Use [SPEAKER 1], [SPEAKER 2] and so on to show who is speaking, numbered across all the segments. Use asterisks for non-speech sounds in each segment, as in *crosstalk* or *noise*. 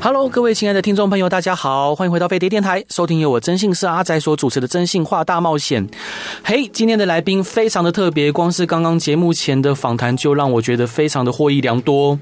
[SPEAKER 1] Hello，各位亲爱的听众朋友，大家好，欢迎回到飞碟电台，收听由我真姓是阿仔所主持的《真性话大冒险》。嘿，今天的来宾非常的特别，光是刚刚节目前的访谈就让我觉得非常的获益良多，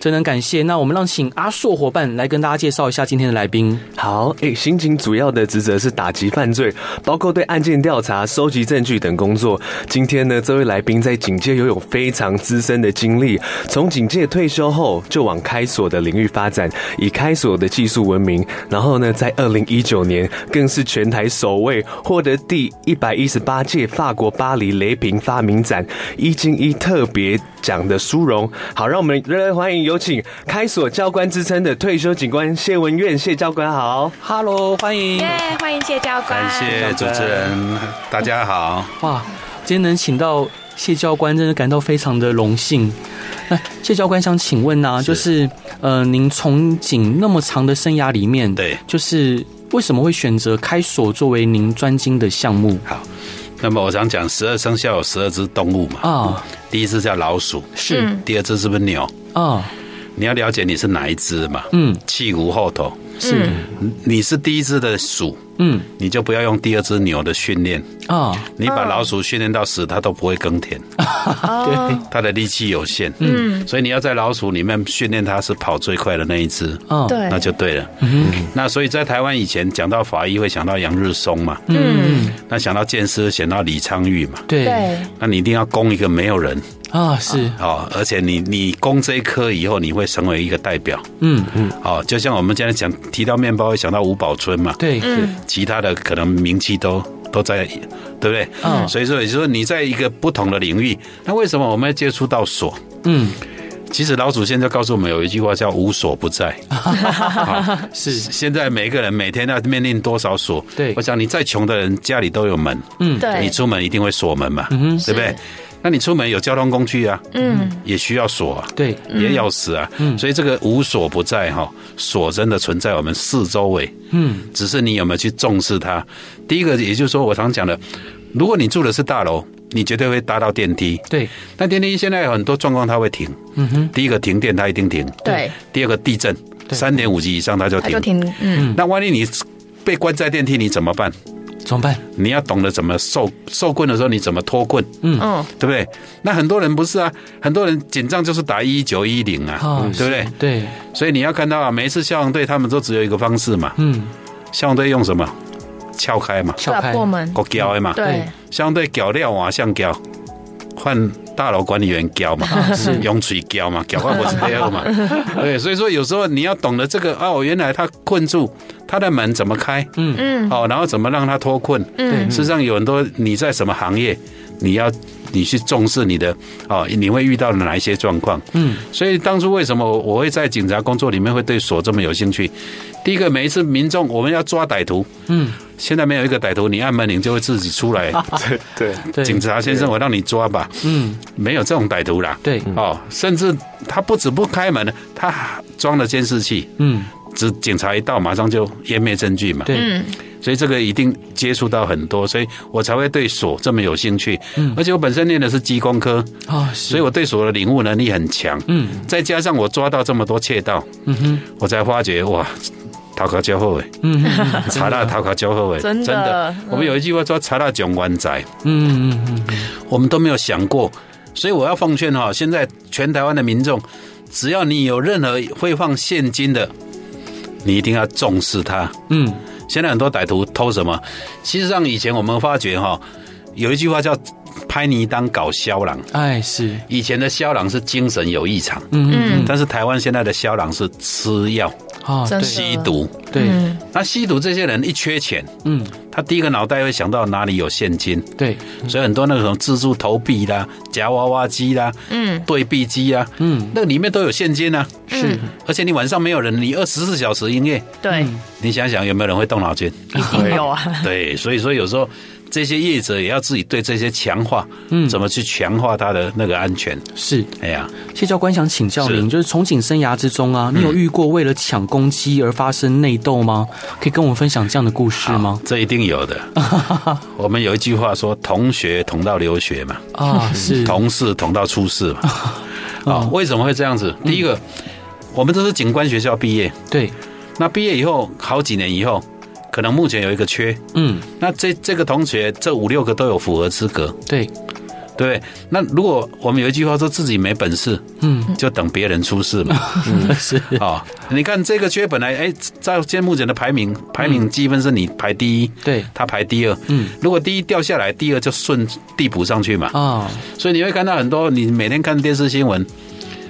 [SPEAKER 1] 真的很感谢。那我们让请阿硕伙伴来跟大家介绍一下今天的来宾。
[SPEAKER 2] 好，诶，刑警主要的职责是打击犯罪，包括对案件调查、收集证据等工作。今天呢，这位来宾在警界拥有非常资深的经历，从警界退休后就往开锁的领域发展，以开锁的技术闻名。然后呢，在二零一九年更是全台首位获得第一百一十八届法国巴黎雷平发明展一进一特别奖的殊荣。好，让我们热烈欢迎有请开锁教官之称的退休警官谢文苑谢教官好。
[SPEAKER 1] Hello，欢迎
[SPEAKER 3] 耶！欢迎谢教官。
[SPEAKER 4] 感谢主持人，大家好。
[SPEAKER 1] 哇，今天能请到谢教官，真的感到非常的荣幸。那谢教官想请问呢、就是呃，您从警那么长的生涯里面，
[SPEAKER 4] 对
[SPEAKER 1] 就是为什么会选择开锁作为您专精的项目
[SPEAKER 4] 那么我想讲，十二生肖有十二只动物嘛，
[SPEAKER 1] 啊？
[SPEAKER 4] 第一只叫老鼠，
[SPEAKER 1] 是
[SPEAKER 4] 第二只是不是牛？
[SPEAKER 1] 啊，
[SPEAKER 4] 你要了解你是哪一只嘛？
[SPEAKER 1] 嗯，
[SPEAKER 4] 气无后头，
[SPEAKER 1] 是
[SPEAKER 4] 你是第一只的鼠，
[SPEAKER 1] 嗯
[SPEAKER 4] 你就不要用第二只牛的训练。
[SPEAKER 1] 啊，
[SPEAKER 4] 你把老鼠训练到死，它都不会耕田，
[SPEAKER 3] 哦，
[SPEAKER 4] 它的力气有限。嗯，所以你要在老鼠里面训练它是跑最快的那一只。
[SPEAKER 1] 啊，
[SPEAKER 3] 对，
[SPEAKER 4] 那就对了。那所以在台湾以前讲到法医会想到杨日松嘛，
[SPEAKER 3] 嗯，
[SPEAKER 4] 那想到剑师想到李昌钰嘛，
[SPEAKER 1] 对
[SPEAKER 3] 对，
[SPEAKER 4] 那你一定要攻一个没有人
[SPEAKER 1] 啊，是
[SPEAKER 4] 哦，而且你你攻这一科以后，你会成为一个代表
[SPEAKER 1] 嗯嗯，
[SPEAKER 4] 哦。就像我们今天讲提到面包，会想到吴宝春嘛，
[SPEAKER 1] 对
[SPEAKER 4] 其他的可能名气都都在，对不对？
[SPEAKER 1] 嗯
[SPEAKER 4] 所以说也就是说你在一个不同的领域，那为什么我们要接触到锁？
[SPEAKER 1] 嗯
[SPEAKER 4] 其实老祖现在告诉我们有一句话叫“无所不
[SPEAKER 1] *laughs*
[SPEAKER 4] 在”，好
[SPEAKER 1] 是
[SPEAKER 4] 现在每个人每天要面临多少锁？
[SPEAKER 1] 对
[SPEAKER 4] 我想你再穷的人家里都有门，
[SPEAKER 1] 嗯
[SPEAKER 3] 对，
[SPEAKER 4] 你出门一定会锁门嘛，
[SPEAKER 1] 哼
[SPEAKER 4] 对不对
[SPEAKER 3] 是？
[SPEAKER 4] 那你出门有交通工具啊，
[SPEAKER 3] 嗯，
[SPEAKER 4] 也需要锁啊，
[SPEAKER 1] 对
[SPEAKER 4] 也钥匙啊，
[SPEAKER 1] 嗯
[SPEAKER 4] 所以这个无所不在哈、锁真的存在我们四周围，
[SPEAKER 1] 嗯
[SPEAKER 4] 只是你有没有去重视它。第一个，也就是说我常讲的，如果你住的是大楼，你绝对会搭到电梯，
[SPEAKER 1] 对
[SPEAKER 4] 但电梯现在有很多状况它会停，
[SPEAKER 1] 嗯哼
[SPEAKER 4] 第一个停电它一定停，
[SPEAKER 3] 对，
[SPEAKER 4] 第二个地震三点五级以上它就
[SPEAKER 3] 他
[SPEAKER 4] 停
[SPEAKER 3] 就，挺，嗯，
[SPEAKER 4] 那万一你被关在电梯，你怎么办？
[SPEAKER 1] 怎么办？
[SPEAKER 4] 你要懂得怎么受受棍的时候，你怎么脱棍，
[SPEAKER 3] 嗯，
[SPEAKER 4] 对不对？那很多人不是啊，很多人紧张就是打一九一零啊，
[SPEAKER 1] 啊
[SPEAKER 4] 对不对？
[SPEAKER 1] 对
[SPEAKER 4] 所以你要看到啊，每一次消防队他们都只有一个方式嘛，
[SPEAKER 1] 嗯，
[SPEAKER 4] 消防队用什么？撬开嘛，
[SPEAKER 1] 小
[SPEAKER 3] 打
[SPEAKER 1] 开
[SPEAKER 3] 破门，
[SPEAKER 4] 国胶的嘛，
[SPEAKER 3] 对，
[SPEAKER 4] 消防队搅料啊，像搅，换大楼管理员搅嘛，用嘴搅嘛，搅换我是第二嘛，对，所以说有时候你要懂得这个哦，原来他困住他的门怎么开，
[SPEAKER 3] 嗯
[SPEAKER 4] 哦，然后怎么让他脱困，
[SPEAKER 3] 嗯
[SPEAKER 4] 事实上有很多你在什么行业，你要你去重视你的啊、哦，你会遇到哪一些状况？
[SPEAKER 1] 嗯，
[SPEAKER 4] 所以当初为什么我我会在警察工作里面会对锁这么有兴趣？第一个，每一次民众我们要抓歹徒，
[SPEAKER 1] 嗯
[SPEAKER 4] 现在没有一个歹徒，你按门铃就会自己出来。
[SPEAKER 2] 对，
[SPEAKER 1] 对
[SPEAKER 4] 警察先生，我让你抓吧，
[SPEAKER 1] 嗯
[SPEAKER 4] 没有这种歹徒啦。
[SPEAKER 1] 对嗯
[SPEAKER 4] 哦，甚至他不止不开门，他装了监视器，
[SPEAKER 1] 嗯
[SPEAKER 4] 只警察一到，马上就湮灭证据嘛。
[SPEAKER 1] 对
[SPEAKER 3] 嗯，
[SPEAKER 4] 所以这个一定接触到很多，所以我才会对锁这么有兴趣。而且我本身念的是机工科，
[SPEAKER 1] 啊
[SPEAKER 4] 所
[SPEAKER 1] 嗯
[SPEAKER 4] 以
[SPEAKER 1] 是
[SPEAKER 4] 我对锁的领悟能力很强。
[SPEAKER 1] 嗯
[SPEAKER 4] 再加上我抓到这么多窃盗，
[SPEAKER 1] 嗯哼
[SPEAKER 4] 我才发觉哇，逃卡交后尾，
[SPEAKER 1] 嗯嗯
[SPEAKER 4] *laughs* 查到逃卡交后尾，
[SPEAKER 3] 真的嗯
[SPEAKER 4] 我们有一句话说查到囧湾仔，
[SPEAKER 1] 嗯嗯嗯
[SPEAKER 4] 我们都没有想过。所以我要奉劝哈、现在全台湾的民众，只要你有任何会放现金的，你一定要重视它。
[SPEAKER 1] 嗯
[SPEAKER 4] 现在很多歹徒偷什么？其实上以前我们发觉哈，有一句话叫“拍泥当搞枭郎
[SPEAKER 1] 哎是”，
[SPEAKER 4] 以前的枭郎是精神有异常，
[SPEAKER 1] 嗯嗯
[SPEAKER 4] 但是台湾现在的枭郎是吃药、
[SPEAKER 1] 啊
[SPEAKER 3] 嗯真
[SPEAKER 1] 对
[SPEAKER 3] 是嗯
[SPEAKER 4] 吸毒，
[SPEAKER 1] 对，
[SPEAKER 4] 那吸毒这些人一缺钱，
[SPEAKER 1] 嗯，
[SPEAKER 4] 他第一个脑袋会想到哪里有现金，
[SPEAKER 1] 对，
[SPEAKER 4] 所以很多那种自助投币啦、夹娃娃机啦、
[SPEAKER 3] 嗯，
[SPEAKER 4] 对币机啊，
[SPEAKER 1] 嗯，
[SPEAKER 4] 那里面都有现金啊。
[SPEAKER 1] 是，
[SPEAKER 4] 而且你晚上没有人，你二十四小时营业，
[SPEAKER 3] 对，
[SPEAKER 4] 你想想有没有人会动脑
[SPEAKER 1] *laughs*
[SPEAKER 4] 筋？
[SPEAKER 3] 一定有啊，
[SPEAKER 4] 对，所以说有时候这些业者也要自己对这些强化，
[SPEAKER 1] 嗯
[SPEAKER 4] 怎么去强化他的那个安全？
[SPEAKER 1] 是。
[SPEAKER 4] 哎呀，
[SPEAKER 1] 谢教官想请教您，
[SPEAKER 4] 是
[SPEAKER 1] 就是从警生涯之中啊，你有遇过为了抢公鸡而发生内斗吗？可以跟我们分享这样的故事吗
[SPEAKER 4] 好？这一定
[SPEAKER 1] *laughs*
[SPEAKER 4] 有的。我们有一句话说：“同学同到留学嘛，
[SPEAKER 1] 啊，是，
[SPEAKER 4] 同事同到出事
[SPEAKER 1] *laughs*
[SPEAKER 4] 嘛。”啊，
[SPEAKER 1] 哦
[SPEAKER 4] 为什么会这样子？第一个，我们都是警官学校毕业，
[SPEAKER 1] 对，
[SPEAKER 4] 那毕业以后好几年以后，可能目前有一个缺，
[SPEAKER 1] 嗯，
[SPEAKER 4] 那这这个同学这五六个都有符合资格，
[SPEAKER 1] 对，
[SPEAKER 4] 对不对？那如果我们有一句话说自己没本事，
[SPEAKER 1] 嗯，
[SPEAKER 4] 就等别人出事嘛。
[SPEAKER 1] *laughs* 是，
[SPEAKER 4] 啊、你看这个缺本来哎，在现目前的排名排名积分是你排第一，
[SPEAKER 1] 对，
[SPEAKER 4] 他排第二。
[SPEAKER 1] 嗯，
[SPEAKER 4] 如果第一掉下来，第二就顺递补上去嘛。
[SPEAKER 1] 啊，
[SPEAKER 4] 所以你会看到很多，你每天看电视新闻，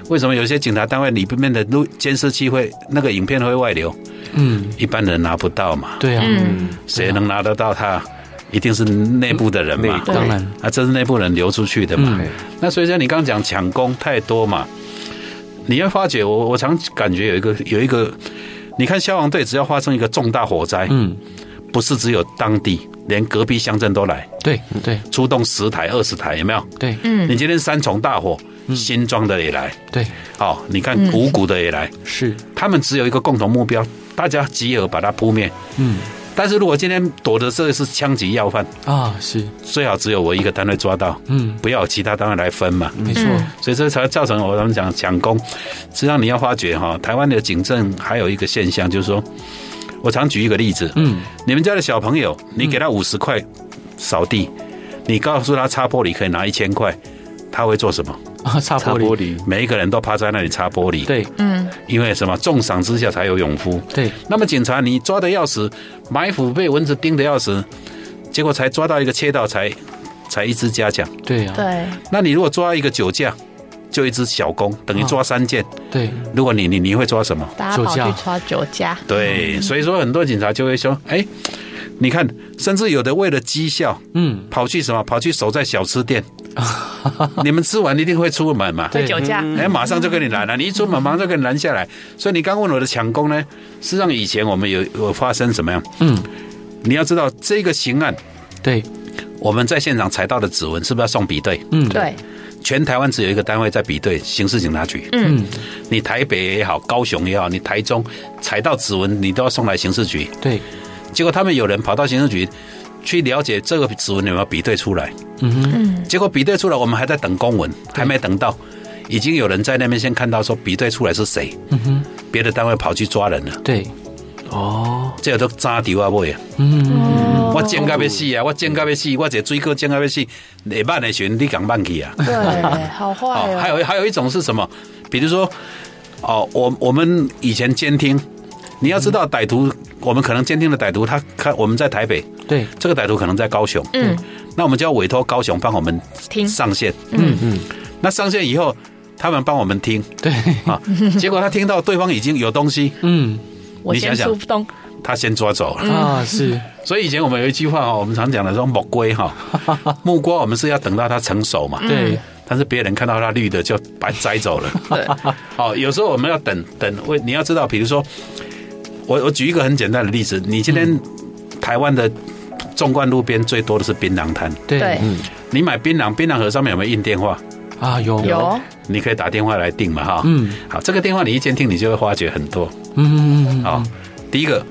[SPEAKER 4] 为什么有些警察单位里面的录监视器会那个影片会外流？
[SPEAKER 1] 嗯，
[SPEAKER 4] 一般人拿不到嘛，
[SPEAKER 1] 对啊，
[SPEAKER 3] 嗯，
[SPEAKER 4] 谁能拿得到它？一定是内部的人嘛，
[SPEAKER 2] 内
[SPEAKER 1] 当然，
[SPEAKER 4] 啊，这是内部人流出去的嘛。
[SPEAKER 1] 嗯
[SPEAKER 4] 那所以说你刚刚讲抢功太多嘛，你要发觉我我常感觉有一个有一个，你看消防队只要发生一个重大火灾，
[SPEAKER 1] 嗯，
[SPEAKER 4] 不是只有当地，连隔壁乡镇都来
[SPEAKER 1] 对，对，
[SPEAKER 4] 出动十台二十台，有没有？
[SPEAKER 1] 对，
[SPEAKER 3] 嗯
[SPEAKER 4] 你今天三重大火，
[SPEAKER 1] 嗯
[SPEAKER 4] 新庄的也来，
[SPEAKER 1] 对，
[SPEAKER 4] 哦，你看五谷的也来，
[SPEAKER 1] 是，
[SPEAKER 4] 他们只有一个共同目标，大家集合把它扑灭。
[SPEAKER 1] 嗯，
[SPEAKER 4] 但是如果今天躲的这个是枪击要犯，
[SPEAKER 1] 啊，是，
[SPEAKER 4] 最好只有我一个单位抓到，
[SPEAKER 1] 嗯，
[SPEAKER 4] 不要有其他单位来分嘛。
[SPEAKER 1] 没错，
[SPEAKER 3] 嗯
[SPEAKER 4] 所以这才造成我们讲抢功。实际上你要发觉哈，台湾的警政还有一个现象，就是说，我常举一个例子，
[SPEAKER 1] 嗯，
[SPEAKER 4] 你们家的小朋友，你给他五十块扫地，你告诉他擦玻璃可以拿一千块，他会做什么？
[SPEAKER 1] 啊，擦
[SPEAKER 2] 擦
[SPEAKER 1] 玻
[SPEAKER 2] 玻
[SPEAKER 1] 璃，
[SPEAKER 2] 璃，
[SPEAKER 4] 每一个人都趴在那里擦玻璃，，
[SPEAKER 1] 对，
[SPEAKER 3] 嗯，
[SPEAKER 4] 因为什么？重赏之下才有勇夫。
[SPEAKER 1] 对，
[SPEAKER 4] 那么警察你抓的要死，埋伏被蚊子叮的要死，结果才抓到一个切到才才一支嘉奖。
[SPEAKER 1] 对啊，
[SPEAKER 3] 对，
[SPEAKER 4] 那你如果抓一个酒驾，就一只小弓，等于抓三件。
[SPEAKER 1] 对，
[SPEAKER 4] 如果你你你会抓什么？
[SPEAKER 3] 大家跑去抓酒驾，
[SPEAKER 4] 对，所以说很多警察就会说，哎，你看，甚至有的为了绩效
[SPEAKER 1] 嗯，
[SPEAKER 4] 跑去什么，跑去守在小吃店，你们吃完一定会出门嘛。
[SPEAKER 1] 对
[SPEAKER 3] 会酒驾，
[SPEAKER 4] 哎，马上就给你拦了，你一出门马上就给你拦下来。所以你刚问我的抢功呢，事实上以前我们有有发生什么样？
[SPEAKER 1] 嗯，
[SPEAKER 4] 你要知道这个刑案，
[SPEAKER 1] 对，
[SPEAKER 4] 我们在现场采到的指纹是不是要送比对？
[SPEAKER 1] 嗯，，
[SPEAKER 3] 对，
[SPEAKER 4] 全台湾只有一个单位在比对，刑事警察局。
[SPEAKER 3] 嗯，
[SPEAKER 4] 你台北也好，高雄也好，你台中采到指纹，你都要送来刑事局。
[SPEAKER 1] 对，
[SPEAKER 4] 结果他们有人跑到刑事局去了解这个指纹有没有比对出来，
[SPEAKER 1] 嗯哼，
[SPEAKER 4] 结果比对出来，我们还在等公文，还没等到，已经有人在那边先看到说比对出来是谁，
[SPEAKER 1] 嗯哼，
[SPEAKER 4] 别的单位跑去抓人了，
[SPEAKER 1] 对，哦，
[SPEAKER 4] 这都渣丢啊不呀！
[SPEAKER 1] 嗯，
[SPEAKER 4] 我尖到要死啊，我尖到要死，我这水果尖到要死，你慢的时候你敢慢去啊？
[SPEAKER 3] 对， *laughs* 好坏
[SPEAKER 4] 哦，还
[SPEAKER 3] 哦，
[SPEAKER 4] 有还有一种是什么？比如说，哦，我我们以前监听，你要知道歹徒，我们可能监听的歹徒，他看我们在台北，
[SPEAKER 1] 对，
[SPEAKER 4] 这个歹徒可能在高雄，
[SPEAKER 3] 嗯，
[SPEAKER 4] 那我们就要委托高雄帮我们
[SPEAKER 3] 听
[SPEAKER 4] 上线，
[SPEAKER 3] 嗯
[SPEAKER 4] 嗯，那上线以后，他们帮我们听
[SPEAKER 1] 对， *laughs*
[SPEAKER 3] *laughs*
[SPEAKER 4] 啊，结果他听到对方已经有东西，
[SPEAKER 1] 嗯，
[SPEAKER 3] 我先出动，
[SPEAKER 4] 他先抓走
[SPEAKER 3] 嗯
[SPEAKER 4] 了。
[SPEAKER 1] 啊，是，
[SPEAKER 4] 所以以前我们有一句话哦，我们常讲的说木
[SPEAKER 3] *laughs*
[SPEAKER 4] 龟哈，木瓜我们是要等到它成熟
[SPEAKER 3] 嗯
[SPEAKER 4] 嘛，
[SPEAKER 1] 对，
[SPEAKER 4] 但是别人看到它绿的就把它摘走了。
[SPEAKER 3] 对，
[SPEAKER 4] 哦，有时候我们要等等，为你要知道，比如说，我我举一个很简单的例子，你今
[SPEAKER 1] 嗯
[SPEAKER 4] 天台湾的纵贯路边最多的是槟榔摊，
[SPEAKER 1] 对
[SPEAKER 3] 对，，
[SPEAKER 4] 你买槟榔，槟榔盒上面有没有印电话？
[SPEAKER 1] 啊，有，
[SPEAKER 3] 有，
[SPEAKER 4] 你可以打电话来订嘛，哈。
[SPEAKER 1] 嗯，
[SPEAKER 4] 好，这个电话你一监听，你就会发觉很多。
[SPEAKER 1] 嗯嗯嗯
[SPEAKER 4] 好，第一个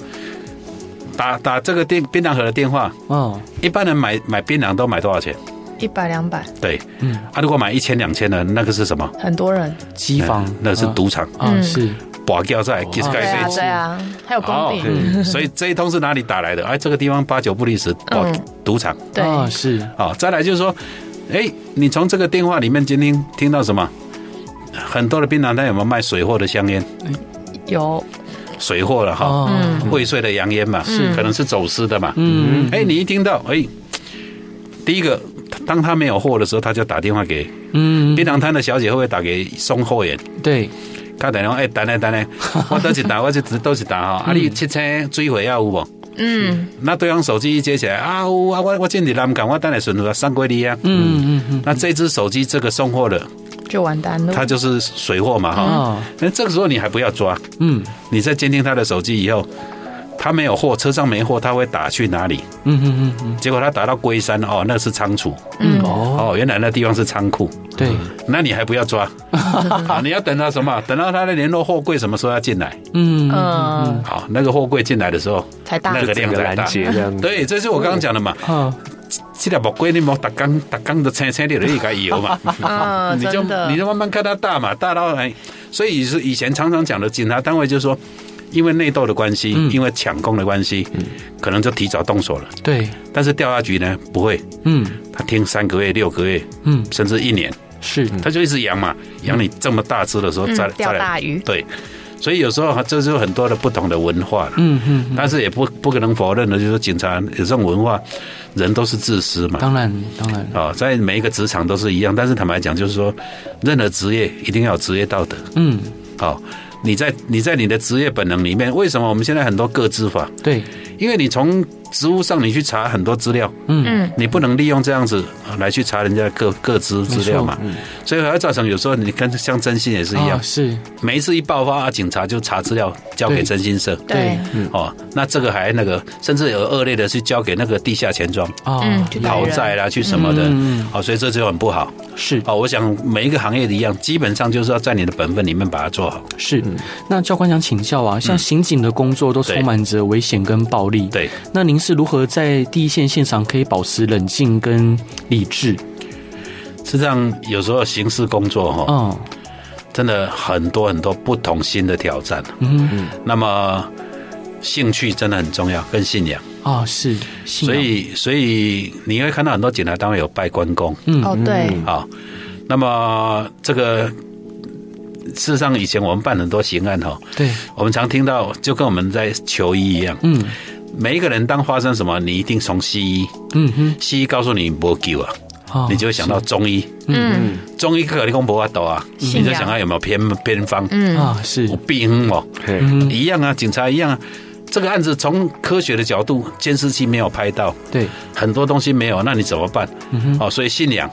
[SPEAKER 4] 打打这个电槟榔盒的电话，
[SPEAKER 1] 嗯，哦，
[SPEAKER 4] 一般人买买槟榔都买多少钱？
[SPEAKER 3] 一百两百，
[SPEAKER 4] 对，
[SPEAKER 1] 嗯
[SPEAKER 4] 啊，如果买一千两千的，那个是什么？
[SPEAKER 3] 很多人，
[SPEAKER 1] 机房
[SPEAKER 4] 嗯，那是
[SPEAKER 1] 啊
[SPEAKER 4] 赌场，
[SPEAKER 1] 啊，哦
[SPEAKER 3] 嗯
[SPEAKER 1] 是，
[SPEAKER 4] 拔掉再给
[SPEAKER 1] 对
[SPEAKER 3] 对
[SPEAKER 4] 盖
[SPEAKER 3] 啊
[SPEAKER 4] 飞机
[SPEAKER 3] 对。啊，还有
[SPEAKER 4] 哦
[SPEAKER 3] 公饼，
[SPEAKER 4] 所以这一通是哪里打来的？哎，这个地方八九不离十，哦
[SPEAKER 3] *laughs* 嗯，
[SPEAKER 4] 赌场。
[SPEAKER 3] 对，
[SPEAKER 1] 啊，是，
[SPEAKER 4] 好，再来就是说，哎，你从这个电话里面今天听到什么？很多的槟榔摊有没有卖水货的香烟？
[SPEAKER 3] 有，
[SPEAKER 4] 水货了哈，
[SPEAKER 1] 哦，
[SPEAKER 3] 嗯
[SPEAKER 4] 未遂的洋烟嘛，
[SPEAKER 1] 是
[SPEAKER 4] 可能是走私的嘛。
[SPEAKER 1] 嗯
[SPEAKER 4] 哎，你一听到，哎，第一个，当他没有货的时候，他就打电话给
[SPEAKER 1] 嗯，
[SPEAKER 4] 槟榔摊的小姐，会不会打给送货员？
[SPEAKER 1] 对，
[SPEAKER 4] 他等于讲，哎，等下等
[SPEAKER 1] *laughs*
[SPEAKER 4] 下，我倒一打，我就倒一打
[SPEAKER 1] 嗯
[SPEAKER 4] 哈。啊，你七星追回要有无？
[SPEAKER 3] 嗯，
[SPEAKER 4] 那对方手机一接起来啊，有啊，我我进你南港，我等下顺路送过你啊。
[SPEAKER 1] 嗯嗯嗯，
[SPEAKER 4] 那这只手机这个送货的，
[SPEAKER 3] 就完蛋了。
[SPEAKER 4] 它就是水货嘛哈。
[SPEAKER 1] 哦，
[SPEAKER 4] 那这个时候你还不要抓，
[SPEAKER 1] 嗯
[SPEAKER 4] 你在监听他的手机以后，他没有货，车上没货，他会打去哪里？
[SPEAKER 1] 嗯嗯嗯嗯，
[SPEAKER 4] 结果他打到龟山哦，那是仓储
[SPEAKER 3] 嗯，
[SPEAKER 1] 哦，
[SPEAKER 4] 哦，原来那地方是仓库。
[SPEAKER 1] 对，
[SPEAKER 4] 那你还不
[SPEAKER 1] *laughs*
[SPEAKER 4] 要抓？好，你要等到什么？等到他的联络货柜什么时候要进来？
[SPEAKER 1] 嗯
[SPEAKER 3] 嗯，
[SPEAKER 4] 好，那个货柜进来的时候，
[SPEAKER 3] 才大
[SPEAKER 4] 那个
[SPEAKER 2] 整
[SPEAKER 4] 量
[SPEAKER 2] 个
[SPEAKER 4] 才
[SPEAKER 2] 拦
[SPEAKER 4] 大。
[SPEAKER 2] 截这样子。
[SPEAKER 4] 对，这是我刚刚讲的嘛。
[SPEAKER 3] 嗯
[SPEAKER 1] 好，
[SPEAKER 4] 这条木龟你莫打缸打缸的青青的，你给摇
[SPEAKER 3] *laughs*
[SPEAKER 4] 嘛，
[SPEAKER 3] 嗯，
[SPEAKER 4] *laughs* 你就
[SPEAKER 3] 真的
[SPEAKER 4] 你，就慢慢看它大嘛，大到哎，所以是以前常常讲的警察单位就是说，因为内斗的关系，
[SPEAKER 1] 嗯
[SPEAKER 4] 因为抢攻的关系，
[SPEAKER 3] 嗯
[SPEAKER 4] 可能就提早动手了。
[SPEAKER 1] 对，
[SPEAKER 4] 但是调查局呢不会，
[SPEAKER 1] 嗯
[SPEAKER 4] 他听三个月、六个月，
[SPEAKER 1] 嗯，
[SPEAKER 4] 甚至一年，
[SPEAKER 1] 是，
[SPEAKER 4] 他就一直养嘛，养你这么大只的时候
[SPEAKER 3] 嗯
[SPEAKER 4] 再再
[SPEAKER 3] 钓
[SPEAKER 4] 来
[SPEAKER 3] 大鱼，
[SPEAKER 4] 对，所以有时候这就是很多的不同的文化了。
[SPEAKER 1] 嗯嗯，
[SPEAKER 4] 但是也不不可能否认的，就是说警察有这种文化，人都是自私嘛。
[SPEAKER 1] 当然当然，
[SPEAKER 4] 啊、在每一个职场都是一样，但是坦白讲，就是说，任何职业一定要有职业道德。
[SPEAKER 1] 嗯，
[SPEAKER 4] 好、你在你在你的职业本能里面，为什么我们现在很多个资法？
[SPEAKER 1] 对，
[SPEAKER 4] 因为你从职务上你去查很多资料，
[SPEAKER 1] 嗯
[SPEAKER 3] 嗯，
[SPEAKER 4] 你不能利用这样子呃来去查人家的个个资资料嘛，所以还会造成有时候你跟像征信也是一样
[SPEAKER 1] 啊，是，
[SPEAKER 4] 每一次一爆发，啊警察就查资料交给
[SPEAKER 1] 对
[SPEAKER 4] 征信社，
[SPEAKER 3] 对，
[SPEAKER 4] 哦，那这个还那个，甚至有恶劣的去交给那个地下钱庄
[SPEAKER 1] 啊，
[SPEAKER 3] 嗯就对
[SPEAKER 4] 讨
[SPEAKER 3] 人
[SPEAKER 4] 债啦，去什么的，
[SPEAKER 1] 嗯
[SPEAKER 4] 哦，所以这就很不好。
[SPEAKER 1] 是
[SPEAKER 4] 哦，我想每一个行业一样，基本上就是要在你的本分里面把它做好。
[SPEAKER 1] 是。那教官想请教
[SPEAKER 4] 嗯
[SPEAKER 1] 啊，像刑警的工作都充满着危险跟暴力，
[SPEAKER 4] 对，
[SPEAKER 1] 那您是如何在第一线现场可以保持冷静跟理智？
[SPEAKER 4] 事实上有时候刑事工作哈、哦，
[SPEAKER 1] 嗯
[SPEAKER 4] 真的很多很多不同新的挑战。
[SPEAKER 1] 嗯嗯
[SPEAKER 4] 那么兴趣真的很重要，跟信仰。
[SPEAKER 1] 啊，是，信
[SPEAKER 4] 所
[SPEAKER 1] 仰
[SPEAKER 4] 以，所以你会看到很多警察单位有拜关公
[SPEAKER 1] 嗯
[SPEAKER 3] 哦，对，
[SPEAKER 4] 啊、那么这个。事实上，以前我们办很多刑案哈、哦，
[SPEAKER 1] 对，
[SPEAKER 4] 我们常听到，就跟我们在求医一样，
[SPEAKER 1] 嗯
[SPEAKER 4] 每一个人当发生什么，你一定从西医，
[SPEAKER 1] 嗯哼，
[SPEAKER 4] 西医告诉你没救啊，
[SPEAKER 1] 啊
[SPEAKER 4] 你就会想到中医，
[SPEAKER 3] 嗯
[SPEAKER 4] 中医可能讲无法度啊，
[SPEAKER 3] 信仰
[SPEAKER 4] 你就想到有没有偏偏方，
[SPEAKER 3] 嗯，
[SPEAKER 1] 啊，是
[SPEAKER 4] 有，病哦，
[SPEAKER 2] 嘿
[SPEAKER 1] 嗯
[SPEAKER 4] 一样啊，警察一样啊。这个案子从科学的角度，监视器没有拍到，
[SPEAKER 1] 对，
[SPEAKER 4] 很多东西没有，那你怎么办？
[SPEAKER 1] 嗯
[SPEAKER 4] 哦，所以信仰。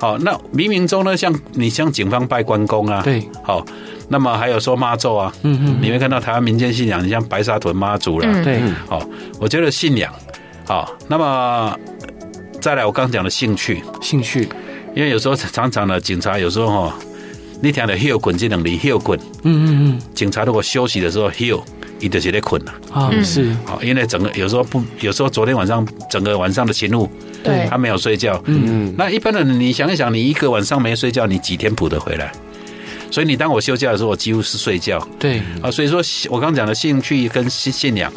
[SPEAKER 4] 哦，那冥冥中呢，像你像警方拜关公啊，
[SPEAKER 1] 对，
[SPEAKER 4] 好、那么还有说妈咒啊，
[SPEAKER 1] 嗯嗯，
[SPEAKER 4] 你会看到台湾民间信仰，你像白沙屯妈祖啦，
[SPEAKER 3] 嗯
[SPEAKER 1] 对，
[SPEAKER 4] 哦，我觉得信仰，好、那么再来我刚讲的兴趣，
[SPEAKER 1] 兴趣，
[SPEAKER 4] 因为有时候常常的警察有时候哈、哦，你听到休困这两字休困，
[SPEAKER 1] 嗯嗯
[SPEAKER 4] 警察如果休息的时候休，伊就是在困了，
[SPEAKER 1] 嗯，啊，
[SPEAKER 3] 嗯
[SPEAKER 1] 是，
[SPEAKER 4] 好、因为整个有时候不，有时候昨天晚上整个晚上的勤务，
[SPEAKER 3] 对
[SPEAKER 4] 他，没有睡觉，嗯，那一般人你想一想，你一个晚上没睡觉，你几天补得回来？所以你当我休假的时候，我几乎是睡觉，
[SPEAKER 1] 对，
[SPEAKER 4] 啊，所以说我刚讲的兴趣跟信信仰，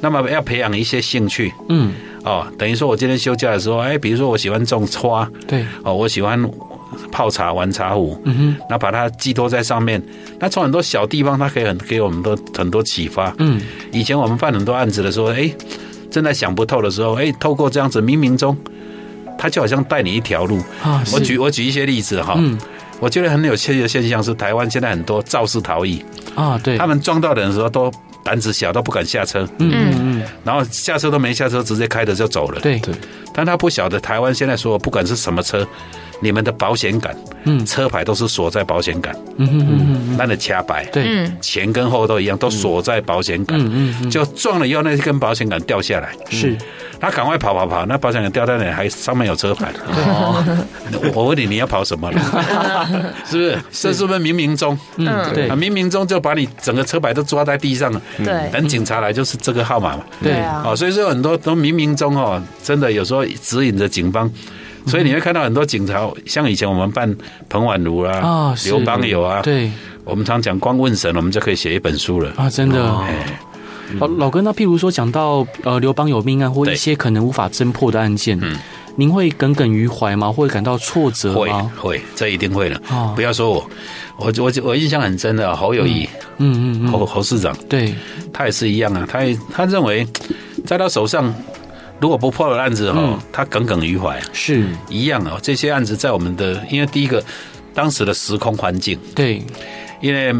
[SPEAKER 4] 那么要培养一些兴趣
[SPEAKER 1] 嗯，
[SPEAKER 4] 哦，等于说我今天休假的时候，哎，比如说我喜欢种花
[SPEAKER 1] 对，
[SPEAKER 4] 哦，我喜欢泡茶玩茶壶，
[SPEAKER 1] 嗯哼，
[SPEAKER 4] 那把它寄托在上面，那从很多小地方，它可以很给我们都很多启发。
[SPEAKER 1] 嗯，
[SPEAKER 4] 以前我们办很多案子的时候，哎，正在想不透的时候，哎，透过这样子冥冥中，它就好像带你一条路。
[SPEAKER 1] 啊，是
[SPEAKER 4] 我举我举一些例子哈。
[SPEAKER 1] 嗯
[SPEAKER 4] 我觉得很有趣的现象是，台湾现在很多肇事逃逸，
[SPEAKER 1] 啊，对，
[SPEAKER 4] 他们撞到人的时候都胆子小，都不敢下车，
[SPEAKER 1] 嗯嗯嗯，
[SPEAKER 4] 然后下车都没下车，直接开着就走了。，
[SPEAKER 1] 对，
[SPEAKER 2] 对
[SPEAKER 4] 但他不晓得台湾现在所有不管是什么车，你们的保险杆、
[SPEAKER 1] 嗯
[SPEAKER 4] 车牌都是锁在保险杆，
[SPEAKER 1] 嗯嗯嗯嗯，
[SPEAKER 4] 那你掐白，
[SPEAKER 1] 对，嗯
[SPEAKER 3] 嗯，
[SPEAKER 4] 前跟后都一样，都锁在保险杆。
[SPEAKER 1] 嗯嗯，
[SPEAKER 4] 就撞了以后，那根保险杆掉下来，
[SPEAKER 1] 是，
[SPEAKER 4] 他赶快跑跑跑，那保险杆掉下来还上面有车牌。哦， *laughs* 我问你，你要跑什么了？
[SPEAKER 1] *laughs*
[SPEAKER 4] 是不是？这是不是冥冥中？
[SPEAKER 1] 嗯，对嗯
[SPEAKER 4] 啊，，冥冥中就把你整个车牌都抓在地上了。
[SPEAKER 3] 对，
[SPEAKER 4] 等警察来就是这个号码嘛。
[SPEAKER 1] 对
[SPEAKER 3] 对啊
[SPEAKER 4] 哦，，所以说很多都冥冥中哦，真的有时候指引着警方，所以你会看到很多警察，像以前我们办彭婉如啦、
[SPEAKER 1] 啊是
[SPEAKER 4] 刘邦友啊，
[SPEAKER 1] 对
[SPEAKER 4] 我们常讲光问神，我们就可以写一本书了。
[SPEAKER 1] 啊，真的，
[SPEAKER 4] 哎
[SPEAKER 1] 老老哥，那譬如说讲到呃刘邦有命案或一些可能无法侦破的案件，您会耿耿于怀吗？会感到挫折
[SPEAKER 4] 会
[SPEAKER 1] 吗？
[SPEAKER 4] 会，这一定会的
[SPEAKER 1] 哦。
[SPEAKER 4] 不要说我，我我我印象很深的啊侯友谊，
[SPEAKER 1] 嗯嗯嗯，
[SPEAKER 4] 侯侯市长，
[SPEAKER 1] 对，
[SPEAKER 4] 他也是一样啊，他也他认为在他手上如果不破的案子
[SPEAKER 1] 嗯
[SPEAKER 4] 哦，他耿耿于怀。
[SPEAKER 1] 是，
[SPEAKER 4] 一样哦，这些案子在我们的，因为第一个当时的时空环境，
[SPEAKER 1] 对，
[SPEAKER 4] 因为